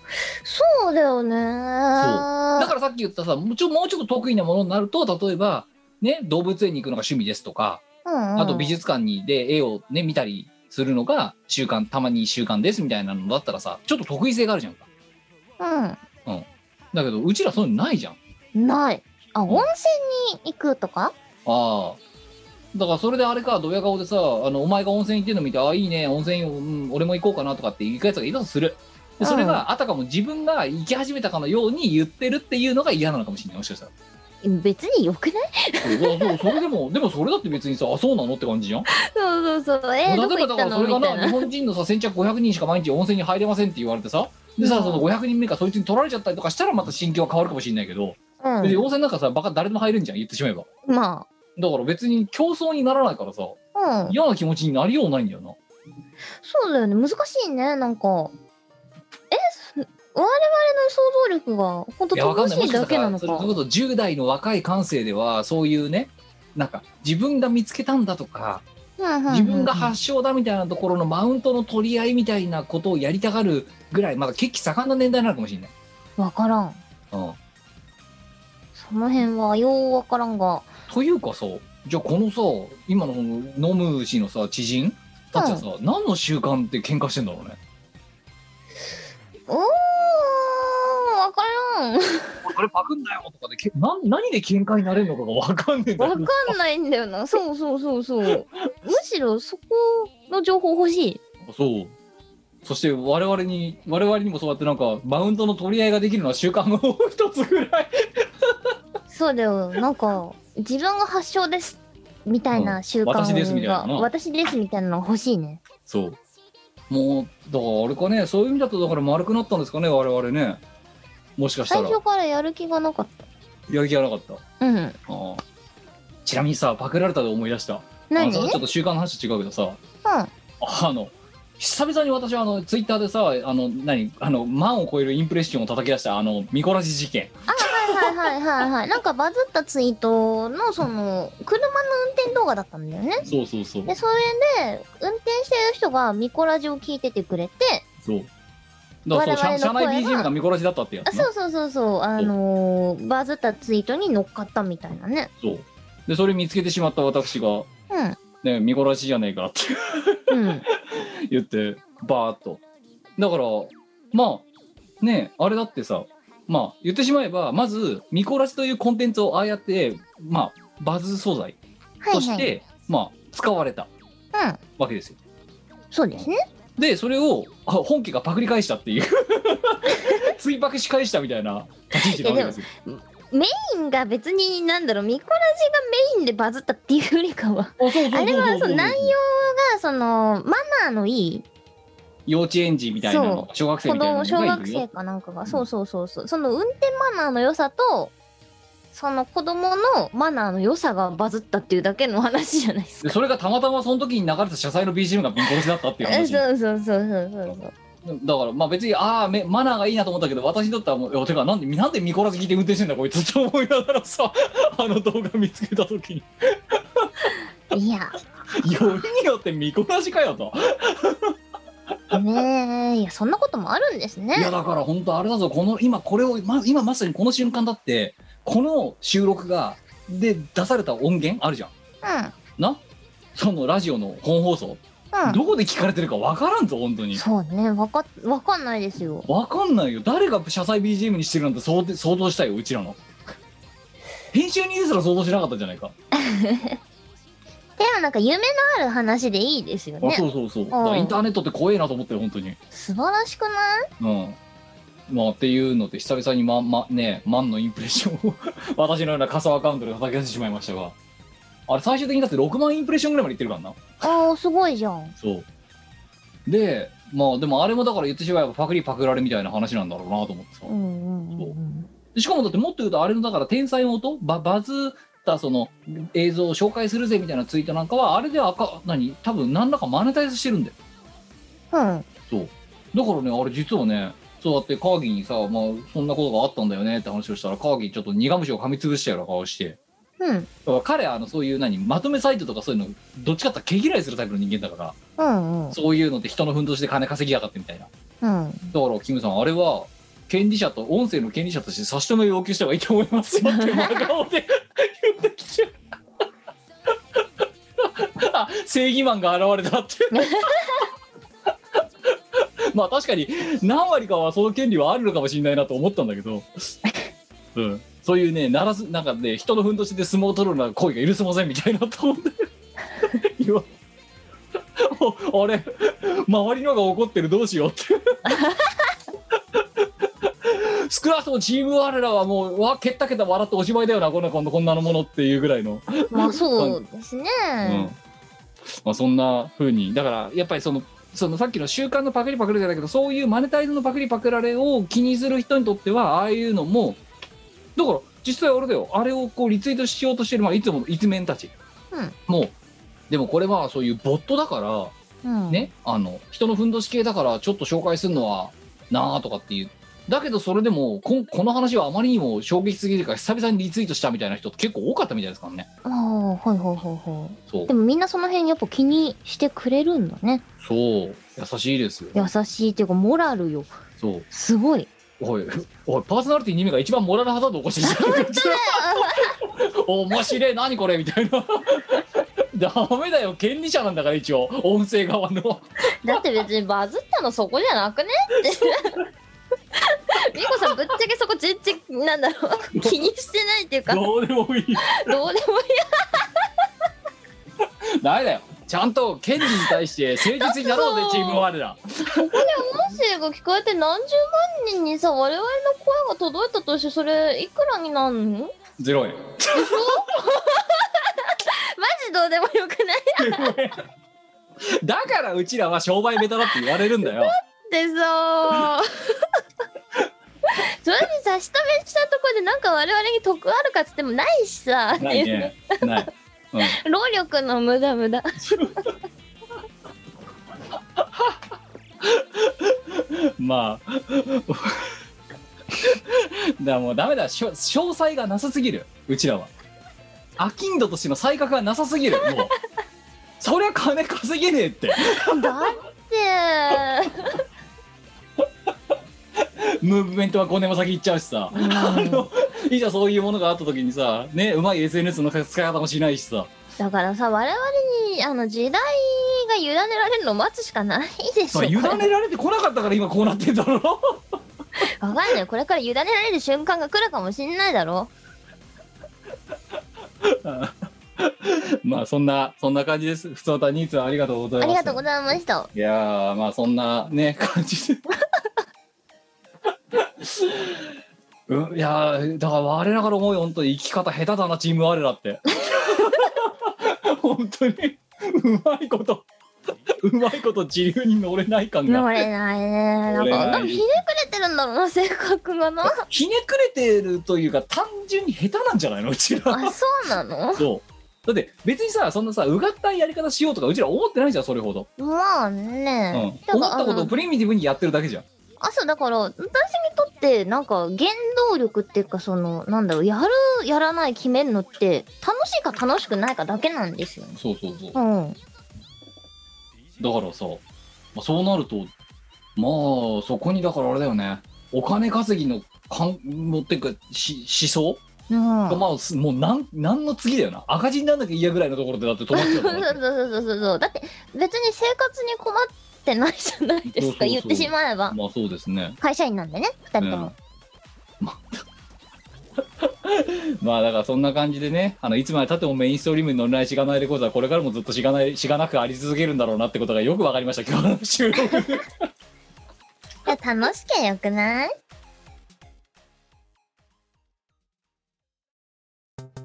そうだよね。
だからさっき言ったさもうちょもうちょっと得意なものになると例えば、ね、動物園に行くのが趣味ですとか、
うんうん
あと美術館にで絵を、ね、見たりするのが週刊たまに週刊ですみたいなのだったらさちょっと得意性があるじゃんかだけどうちらそういうのないじゃん
うん。ない。あ、温泉に行くとか
ああだからそれであれかドヤ顔でさあのお前が温泉行ってんの見てああいいね温泉、うん、俺も行こうかなとかって行くやつがいたとするでそれがあたかも自分が行き始めたかのように言ってるっていうのが嫌なのかもしれないもし
*laughs*
かしたら
別によくない
そうそうそれでもでもそれだって別にさあそうなのって感じじゃん
そうそうそう。え
例
ー、どこ
え
行
ば
っ
だ
た
からそ
の
れが
みたい
な日
な。
本人のさ先着500人しか毎日温泉に入れませんって言われてさでさその500人目かそいつに取られちゃったりとかしたらまた心境は変わるかもしれないけど、
う
別に
ん。
温泉なんかさバカ誰でも入れんじゃん言ってしまえば
ま
だから別に競争にならないからさ
あ。うん。
嫌な気持ちになりようないんだよな
そうだよね。難しいね。なんか。えす我々の想像力がほんと
いやわかんない
乏
も
しい
しか
だ
した
けな
ら
の
そ
か。
れこそ10代の若い感性ではそういうねなんか自分が見つけたんだとか
うんうんうん
自分が発祥だみたいなところのマウントの取り合いみたいなことをやりたがるぐらいまだ血気盛んな年代なのかもしれない。
わからん。
うん
その辺はようわからんが。
というかさじゃあこのさ今のこの飲む氏のさ知人たちはさ、何の習慣って喧嘩してんだろうね
うーん、わからん。
これパクんなよとかでけな何で喧嘩になれるのかが分かんねえんだ
わ
よ
かんないんだよな。そうそうそ
*laughs*
うそう。むしろそこの情報欲しい。
そうそして我々に我々にもそうやってなんかマウントの取り合いができるのは習慣の一つぐらい
そうだよ。なんか、自分が発祥です。みたいな習慣が、
私ですみたいなな
私ですみたいなの欲しいね。
そうもうだからあれかねそういう意味だとだから丸くなったんですかね我々ねもしかした
最
ら
初からやる気がなかっ
やる気がなかったあ
た。うん。
あちなみにさパクられたで思い出したあ
何
のさちょっと習慣の話と違うけどさ、
うん
あの久々に私はあのツイッターでさあの何あの万を超えるインプレッションを叩き出したあのミコラジ事件
はいはいはいはい。 *laughs* なんかバズったツイートの、その、車の運転動画だったんだよね。
そうそうそう
で、それで、運転してる人がミコラジを聞いててくれて、
そうだからそう
我々の
社社内
声が
BGM がミコラジだったってや
あ
つな
そうそうそうそう、あのー、バズったツイートに乗っかったみたいなね。
そうでそれ見つけてしまった私が
うん。
「ねミコラジじゃねえか」って *laughs*
うん。
言ってバーっとだからまあねあれだってさまあ言ってしまえばまずミコラジというコンテンツをああやってまあバズ素材
はい
とし
は
て、
い。
まあ使われた
うん。
わけですよ
そうですね。
でそれをあ本家がパクり返したっていう *laughs* 追パクし返したみたいな立ち位置なわけですよ
メインが別になんだろう、ミコラジがメインでバズったっていうよりかは、
あそうそうそう
あれは
そ
そうの内容が、その、マナーのいい
幼稚園児みたいなの
そ
が小学生
子
みたいなの
供
がい
小
るよ
学生かなんかがそうそうそうそうその運転マナーの良さとその子供のマナーの良さがバズったっていうだけの話じゃないです
で
か。
それがたまたまその時に流れた車載の BGM が見殺しだったっていう
え
話だ
*laughs* そうそうそうそうそうそう。
からまあ別にああめマナーがいいなと思ったけど私にとってはもういやてかなんでなんで見殺し聞いて運転してんだこいつって思いながらさ *laughs* あの動画見つけた時に
いや
よりによって見殺しかよと
ねえいやそんなこともあるんです
いや
ね。
だから本当あれだぞこの今これをま今まさにこの瞬間だってこの収録がで出された音源あるじゃん
う
なそのラジオの本放送、
ん
どこで聞かれてるかわからんぞ本当
うん。
に
そうねわかわかんないですよ。
わかんないよ誰が車載 BGM にしてるなんて想定想像したようちらの編集人ですら想像しなかったんじゃないか、
でもなんか夢のある話でいいですよ
あ
ね。
そうそうそうだからインターネットって怖えなと思ってる本当に
素晴らしくない
うんまあっていうので久々にままねマンのインプレッションを *laughs* 私のような仮想アカウントで叩き出してしまいましたがあれ最終的にだって6万インプレッションぐらいまでいってるからな
ああすごいじゃん。
そうでまあでもあれもだから言ってしまえばパクリパクられみたいな話なんだろうなと思ってさ、
うんうんうん
でしかもだってもっと言うとあれのだから天才の音ババズったその映像を紹介するぜみたいなツイートなんかはあれで赤何多分何らかマネタイズしてるんだよ
うん。うん。
そうだからねあれ実はねそうやってカーギーにさ、まあ、そんなことがあったんだよねって話をしたらカーギーちょっと苦虫を噛みつぶしたような顔して
うん
だから彼はあのそういう何まとめサイトとかそういうのどっちかって言ったら毛嫌いするタイプの人間だから
うんうん
そういうのって人の奮闘して金稼ぎやがってみたいな
うん。
だからキムさんあれは権利者と音声の権利者として差し止めを要求した方がいいと思いますよって真顔で言ってきちゃうあ正義マンが現れたってまあ確かに何割かはその権利はあるのかもしれないなと思ったんだけど、うん、そういうねならずなんかね人のふんどしで相撲を取るのは行為が許せませんみたいなと思って今おあれ周りのが怒ってるどうしようって少なくともチーム我らはもうわけったけた笑っておしまいだよなこんなこんなこんなのものっていうぐらいの
まあそうですね。
うんまあ、そんな風にだからやっぱりそのそのさっきの習慣のパクリパクリじゃないけどそういうマネタイズのパクリパクられを気にする人にとってはああいうのもだから実際あれだよあれをこうリツイートしようとしてる、まあ、いつもの一面たち、
うん
もうでもこれはそういうボットだから
うん、
ね、あの人のふんどし系だからちょっと紹介するのはなあとかっていうだけどそれでもこんこの話はあまりにも衝撃すぎるから久々にリツイートしたみたいな人って結構多かったみたいですからね
ああはいはいはいは
そう
い。でもみんなその辺やっぱ気にしてくれるんだね。
そう優しいですよ
優しいっていうかモラルよ。
そう
すごい。
おい *laughs* おいパーソナリティ2名が一番モラルハザード起こしてき
*laughs*
た *laughs* 面白い何これみたいな *laughs* ダメだよ権利者なんだから一応音声側
*laughs*
の
だって別にバズったのそこじゃなくね *laughs* って。みこさんぶっちゃけそこ全然なんだろう気にしてないっていうかど
どうでもいいう
でもいい
ダメだよちゃんと権利に対して誠実になろうぜチーム我ら
音声が聞こえて何十万人にさ我々の声が届いたとしてそれいくらになんのマ
ゼロ円
ジどうでもよくない
*laughs* だからうちらは商売ベタだって言われるんだよ
ってさそれでさ下目したところでなんか我々に得あるかっつっても *laughs* ないしさ
な
っ
い
ていうね
ねない、うん、
労力の無駄無駄
まあ *laughs* だからもうダメだしょ詳細がなさすぎるうちらはアキンドとしての才覚がなさすぎるもうそりゃ金稼げねえって
だって
ムーブメントは5年も先行っちゃうしさ、あのいざそういうものがあった時にさねうまい SNS の使い方もしないしさ
だからさ我々にあの時代が委ねられるのを待つしかないでしょ
そう委ねられてこなかったから今こうなってんだろ
わかんないこれから委ねられる瞬間が来るかもしんないだろ
まあそんなそんな感じです普通たニーツありがとうござい
あ
ます
りがとうございました
いやーまあそんなね *laughs* 感じでうんいやーだから我ながら思うよ本当に生き方下手だなチーム我らって *laughs* 本当にうまいことうまいこと自由に乗れない感
乗
が
れないねなんか
乗れない
なんかひねくれてるんだろうな *laughs* 性格
*laughs*
がな
ひねくれてるというか単純に下手なんじゃないのうちら
あそうなの
そうだって別にさそんなさうがったいやり方しようとかうちら思ってないじゃんそれほど、
まあ
う
ね、
ん、思ったことをプリミティブにやってるだけじゃん
あそうだから私にとってなんか原動力っていうかそのなんだろうやるやらない決めるのって楽しいか楽しくないかだけなんですよね
そうそうそう
うん
だからさ、まあ、そうなるとまあそこにだからあれだよねお金稼ぎのかん持ってくし思想
うん
が、まあすもうなんなんの次だよな赤字になんなきゃ嫌ぐらいのところでだって止まっ *laughs* ちゃう
そう
か
そう
ら
そうそうそうそうだって別に生活に困ってないじゃない
そ
ですか
うそうそう
言ってしまえば
まあそうですね、
会社員なんでね2
うん
人とも、
まあまあだからそんな感じでねあのいつまでたってもメインストリームに乗れないしがないレコードはこれからもずっとしがないしがなくあり続けるんだろうなってことがよくわかりました今日の収録
いや楽しきゃよくない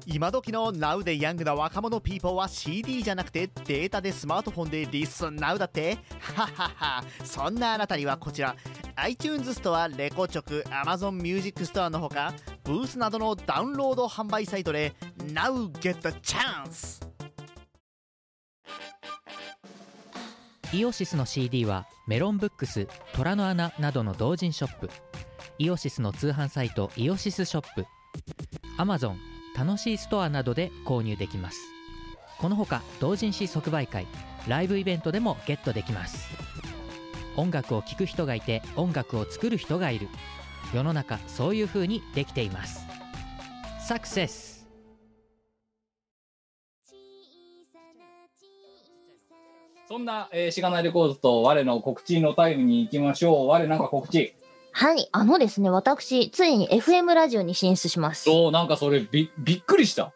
今時の Now でヤングな若者ピーポーは CD じゃなくてデータでスマートフォンでリスン Now だってはははそんなあなたにはこちら iTunes ストア、レコチョク、Amazon Music ストアのほかブースなどのダウンロード販売サイトで Now get the chance!
イオシスの CD はメロンブックス虎の穴などの同人ショップイオシスの通販サイトイオシスショップ Amazon 楽しいストアなどで購入できますこのほか同人誌即売会ライブイベントでもゲットできます音楽を聴く人がいて音楽を作る人がいる世の中そういう風にできていますサクセス
*laughs* そんな、えー、しがないレコードと我の告知のタイムに行きましょう。我なんか告知。
はい、あのですね、私、ついに FM ラジオに進出します。
おうなんかそれびびっくりした。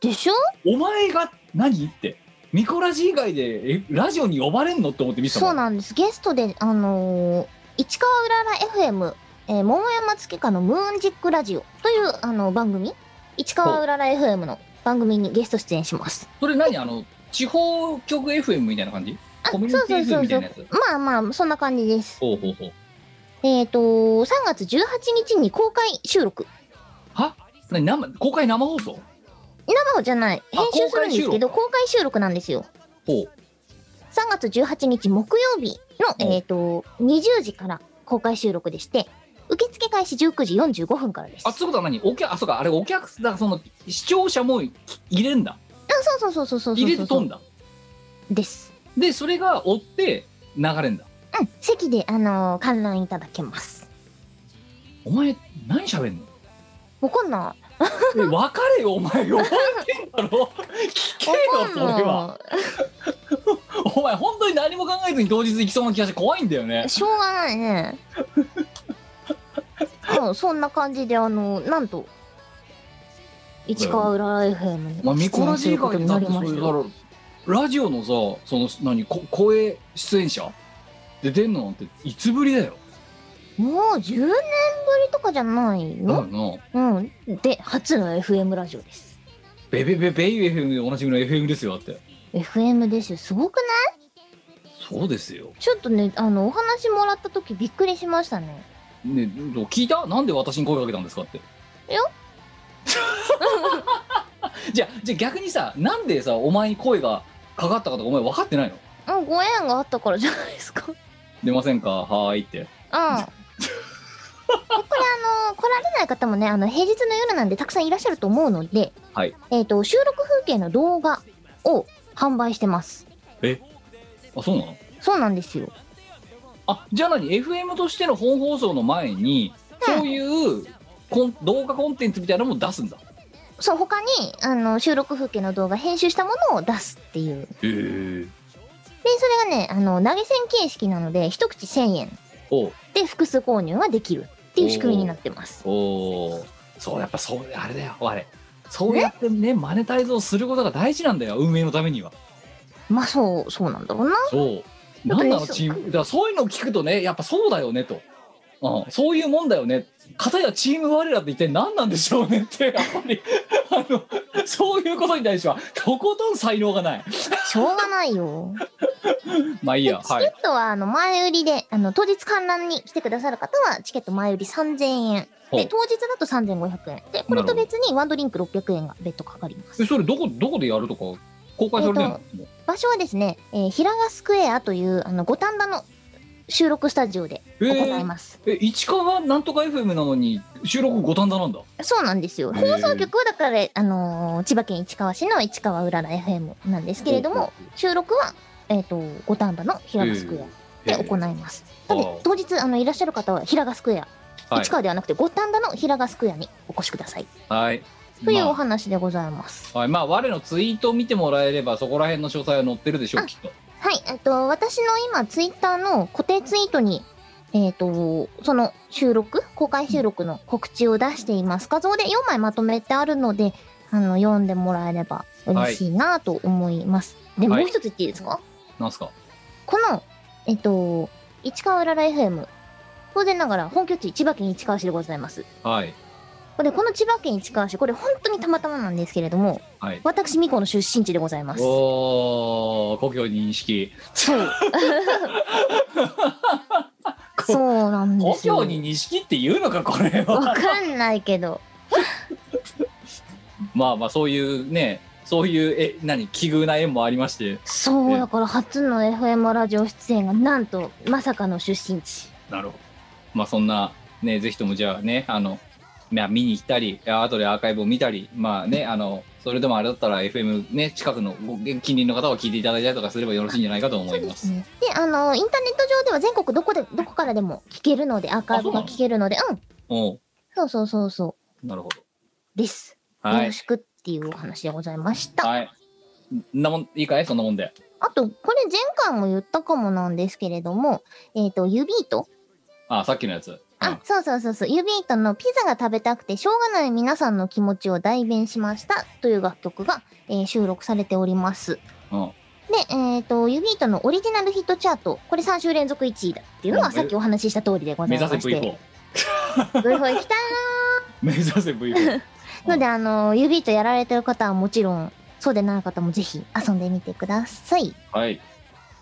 でしょ
お前が何って。ミコラジ以外でえラジオに呼ばれんのって思って見てたも
そうなんです。ゲストで、あのー市川うらら FM、えー桃山月花のムーンジックラジオという、あの、番組、市川うらら FM の番組にゲスト出演します。
それ何あの地方局 FM みたいな感じ
あ、
コミュニティ
そうそう
FM
そう
みたい
そ
うなやつ
まあまあ、そんな感じです。
ほうほうほう
えっ、と、3月18日に公開収録。
は何生公開生放送
生じゃない。編集するんですけど、公開収録なんですよ。
ほう
3月18日木曜日の、
うん
えっ、と、20時から公開収録でして、受付開始19時45分からです。
あそういうことは何お客あそうかあれお客だからその視聴者もい入れんだ
あそうそうそうそうそうそうそう。
入れて飛んだ
です。
でそれが追って流れんだ
うん、席で、あのー観覧いただけます。
お前何喋
*laughs*
んの
わかんない。
え分かれよお前呼ばれてんだろ聞け
わ
よ
かん
そ
ない
れはお前本当に何も考えずに当日行きそうな気がして怖いんだよね
しょうがな
*laughs*
いね。うん、そんな感じで、あのーなんと、市川浦 FM に
まあ、ミ
出
コラ
演す
ジ以
るこ
外
とに
に
な
だって
りま
それ
し
だ
た
か
よ。
らラジオのさその何こ声出演者で出んのなんていつぶりだよ
もう10年ぶりとかじゃない
だか
の
らな
うん。で、初の FM ラジオです。
ベベベベイ FM でおなじみの FM ですよだって
FM ですよ。すごくない
そうですよ、
ちょっとね、あの、お話もらった時びっくりしましたね。
ね、どう聞いたなんで私に声かけたんですかって
えよ
*laughs* じゃあじゃあ逆にさなんでさお前に声がかかったかとかお前分かってないの
うん、ご縁があったからじゃないですか。うん。こ
出ませんかはーいって
れあの、来られない方もね、あの、平日の夜なんでたくさんいらっしゃると思うので、
はい。
えっ、と、収録風景の動画を販売してます。
あそうなの
そうなんですよ。
あじゃあ何 FM としての本放送の前にそういうコン動画コンテンツみたいなのも出すんだ
そう、他に、あの、収録風景の動画編集したものを出すっていう。
へえ
で、それがね、あの、投げ銭形式なので、一口1000円
おう
で複数購入ができるっていう仕組みになってます。
おうそうやっぱそうあれだよあれそうやってねマネタイズをすることが大事なんだよ運営のためには
まあ、そう、そうなんだろうな。
そう
や
な
っぱ
ん
り
なの
そう
チームだからそういうのを聞くとねやっぱそうだよねと、うん、そういうもんだよね片やチーム我らって一体何なんでしょうねってやっぱり *laughs* あのそういうことに対してはとことん才能がない
しょうがないよ。
まあいい
で
や
チ
はい
ケットはあの前売りで、あの当日観覧に来てくださる方はチケット前売り3000円。
ほう
で、当日だと3500円。で、これと別にワンドリンク600円が別途かかります
え。それどこどこでやるとか公開されてんの、
場所はですね、えー、平賀スクエアというあの五反田の収録スタジオで
え
行います。
え市川なんとか FM なのに収録五反田なんだ
そうなんです
へ
よ。
ー
放送局はだから、あのー千葉県市川市の市川うらら FM なんですけれども、収録は、えっ、と、五反田の平賀スクエアで行います。
へー
なので、当日あのいらっしゃる方は平賀スクエア
はい
市川ではなくて五反田の平賀スクエアにお越しください
はい
というお
ま
話でございます。
あ、はいまあ我のツイートを見てもらえればそこら辺の詳細は載ってるでしょう
あ
きっと
はい、えっと私の今ツイッターの固定ツイートにえっ、とその収録公開収録の告知を出しています。画像で4枚まとめてあるのであの読んでもらえれば嬉しいなと思います。で
は
も
いう
一つ言っていいですか？
なんすか
このえっ、と市川うらら FM 当然ながら本拠地千葉県市川市でございます。
はい
でこの千葉県市川市これ本当にたまたまなんですけれども、
はい
私巫女の出身地でございます。
おー故郷認識 *laughs*
そう。そうなんで
故
すよ。
郷に錦って言うのかこれ
わ
は
かんないけど。
まあまあそういうねそういうえ何奇遇な縁もありまして
そう、
ね
だから初の FM ラジオ出演がなんと、まさかの出身地。
なるほどまあそんなねぜひともじゃあねあのまあ見に行ったりあ後でアーカイブを見たりまあねあのそれでもあれだったら FM ね近くのご近隣の方は聞いていただいたりとかすればよろしいんじゃないかと思
そう
い
で
ますす
ね。で、あの、インターネット上では全国どこで、どこからでも聞けるので、アーカイブが聞けるので、うん。
おう
そうそうそうそ
なるほど
う。です。
は
よろ
い
しくっていうお話でございました。
はいんなもんいいかいそんなもんで
あと、これ前回も言ったかもなんですけれども、えっ、と、ユビート
あさっきのやつう
あ
ん、
そうそうそうそう、ユビートのピザが食べたくてしょうがない皆さんの気持ちを代弁しましたという楽曲が、えー収録されております。で、
うん
えっ、と、ユビートのオリジナルヒットチャート、これ3週連続1位だっていうの
う
は
ん
さっきお話しした通りでござ
目
い
指
ま
せ
して。
V4
V4 行きたい
目指せ V4
な *laughs* ので、あの、ユビートやられてる方はもちろん、そうでない方もぜひ遊んでみてください。
はい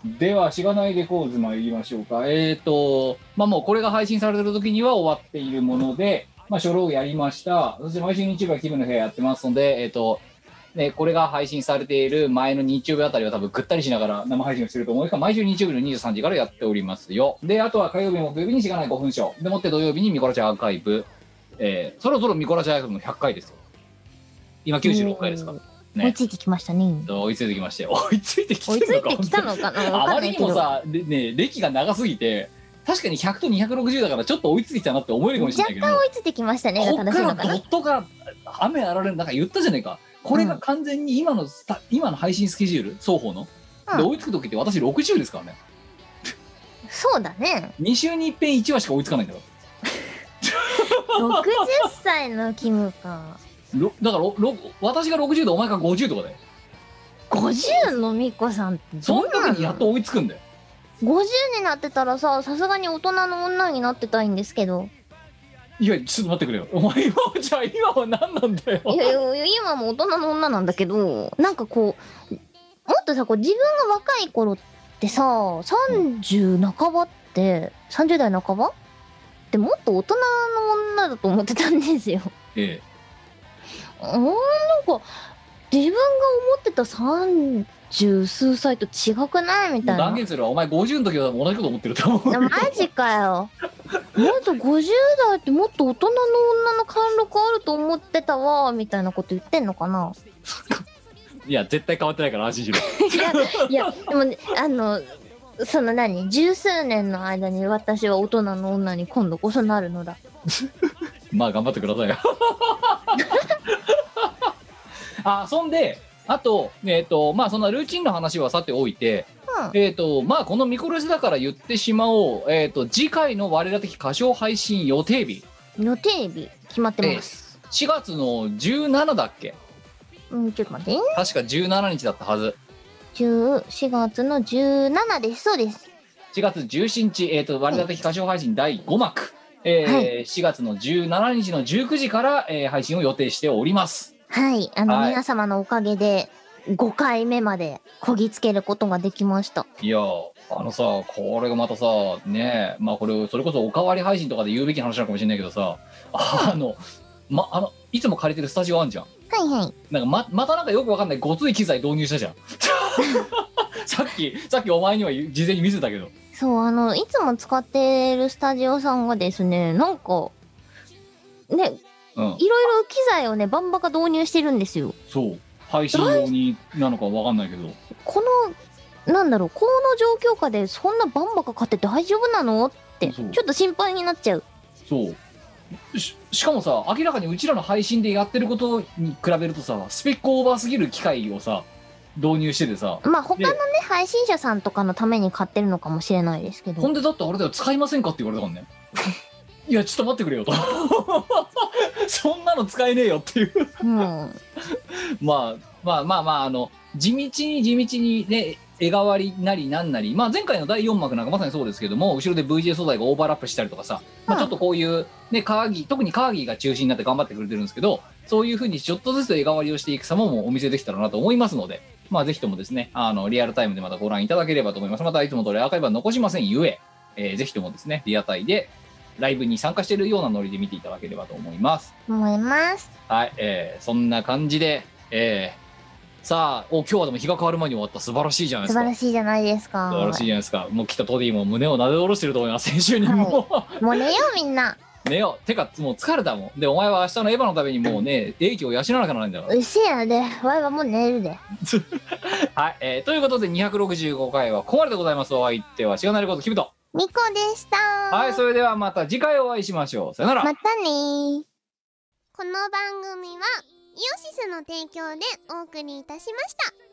ではしがないレコーズ参りましょうかえっ、ー、とまあもうこれが配信されてる時には終わっているものでまあ初老をやりましたそして毎週日曜日は気分の部屋やってますのでえっ、とね、これが配信されている前の日曜日あたりは多分ぐったりしながら生配信をすると思うから毎週日曜日の23時からやっておりますよであとは火曜日木曜日にしがない5分ショーでもって土曜日にミコラチャアーカイブ、えーそろそろミコラチャアーカイブも100回ですよ今96回ですか
うん
ね
追いついてきましたね。
追いついてきまして追いついてきて
追い
る
つ
の
い
か
てきたのかなわ
あま
かんな
り
い
に
け
も
ど。
さ、でね、歴が長すぎて、確かに100と260だからちょっと追いついたなって思えるかもしれない
若
けど、
干追いついてきましたねが
こっ
正し
か
い
ら
のか
ド
な。
ットが雨あられる、なんか言ったじゃないか。これが完全に今のスタ、今の配信スケジュール、双方の。で、
うん
追いつく時って私60ですからね。
そうだね。
2週に一遍1話しか追いつかないんだから。
60歳のキムか。
ろだからろろ私が60でお前が50とかだよ。
50のミコさんって
そ
ど
の
うな
時にや
の
っと追いつくんだよ。
50になってたらささすがに大人の女になってたいんですけど
いや、ちょっと待ってくれよ。お前今はじゃあ今は何なんだよ。
いやいやいや今も大人の女なんだけどなんかこうもっとさこう自分が若い頃ってさ30半ばって30代半ばってもっと大人の女だと思ってたんですよ。
ええ
あーなんか自分が思ってた30数歳と違くないみ
も
た
う断
いな。
言するわ。お前50の時は同じこと思ってると思う
いや
よ。
マジかよ。もっと50代ってもっと大人の女の貫禄あると思ってたわみたいなこと言ってんのかな。
いや、絶対変わってないから安心しろ。
いやいやでもねあのその何十数年の間に私は大人の女に今度こそなるのだ。
まあ頑張ってくださいよ。 *laughs* あそんであと,、えーとまあ、そんなルーチンの話はさておいて、
う
えーとまあ、この見殺しだから言ってしまおう、えー、と次回の我ら的歌唱配信予定日
予定日決まってます。
4月の17だっけ
うんちょっと待って。
確か17日だったはず
十四月の十七ですそうです。
4月17日、えー、と我ら的歌唱配信第5幕、えー
は
4月の17日の19時から、えー配信を予定しております
はい、あの、
はい
皆様のおかげで5回目までこぎつけることができました。
いやーあのさこれがまたさねえまあこれそれこそおかわり配信とかで言うべき話なのかもしれないけどさあの,、ま、あのいつも借りてるスタジオあんじゃん
はいはい。
なんかままたなんかよくわかんないごつい機材導入したじゃん *laughs* さっきさっきお前には事前に見せたけど
そう、あの、いつも使ってるスタジオさんがですね、なんか、ね、
うん
いろいろ機材をね、バンバカ導入してるんですよ。
そう配信用になのかわかんないけど
この、なんだろう、この状況下でそんなバンバカ買って大丈夫なのって、ち
そ
ょ
う
っと心配になっちゃう。
そうししかもさ明らかにうちらの配信でやってることに比べるとさスペックオーバーすぎる機械をさ導入しててさ
まあ、他のね
で、
配信者さんとかのために買ってるのかもしれないですけ
ほ
ど
ん。でだってあれだよ使いませんかって言われたからねいやちょっと待ってくれよと *laughs* そんなの使えねえよっていう
うん。
まあまあまあまああの地道に地道にね絵代わりなりなんなり、まあ、前回の第4幕なんかまさにそうですけども後ろで VJ 素材がオーバーラップしたりとかさ、まあ、
うん
ちょっとこういう、ね、カーギー特にカーギーが中心になって頑張ってくれてるんですけどそういうふうにちょっとずつ絵代わりをしていく様もお見せできたらなと思いますので、まあ、ぜひともですねあのリアルタイムでまたご覧いただければと思いますまたいつもとレアーカイブは残しませんゆええーぜひともですねリアタイでライブに参加しているようなノリで見ていただければと思います。
思います。
はい、えーそんな感じで、えーさあ、お今日はでも日が変わる前に終わった、素晴らしいじゃないで
素
すか。
晴らしいじゃないですか。
素晴らしいじゃないですか。もう来たトディも胸をなで下ろしてると思います、先週にもう。
もう寝ようみんな。
*laughs* 寝よう。てか、もう疲れたもん。で、お前は明日のエヴァのためにもうね、英気を養わなきゃならないんだから。
うせやで。わいはもう寝るで。
はい、えーということで、265回はここまででございます。お相手は、しがなりこと、キムト。
みこでした。
はい、それではまた次回お会いしましょう。さよなら。
またねー。
この番組はイオシスの提供でお送りいたしました。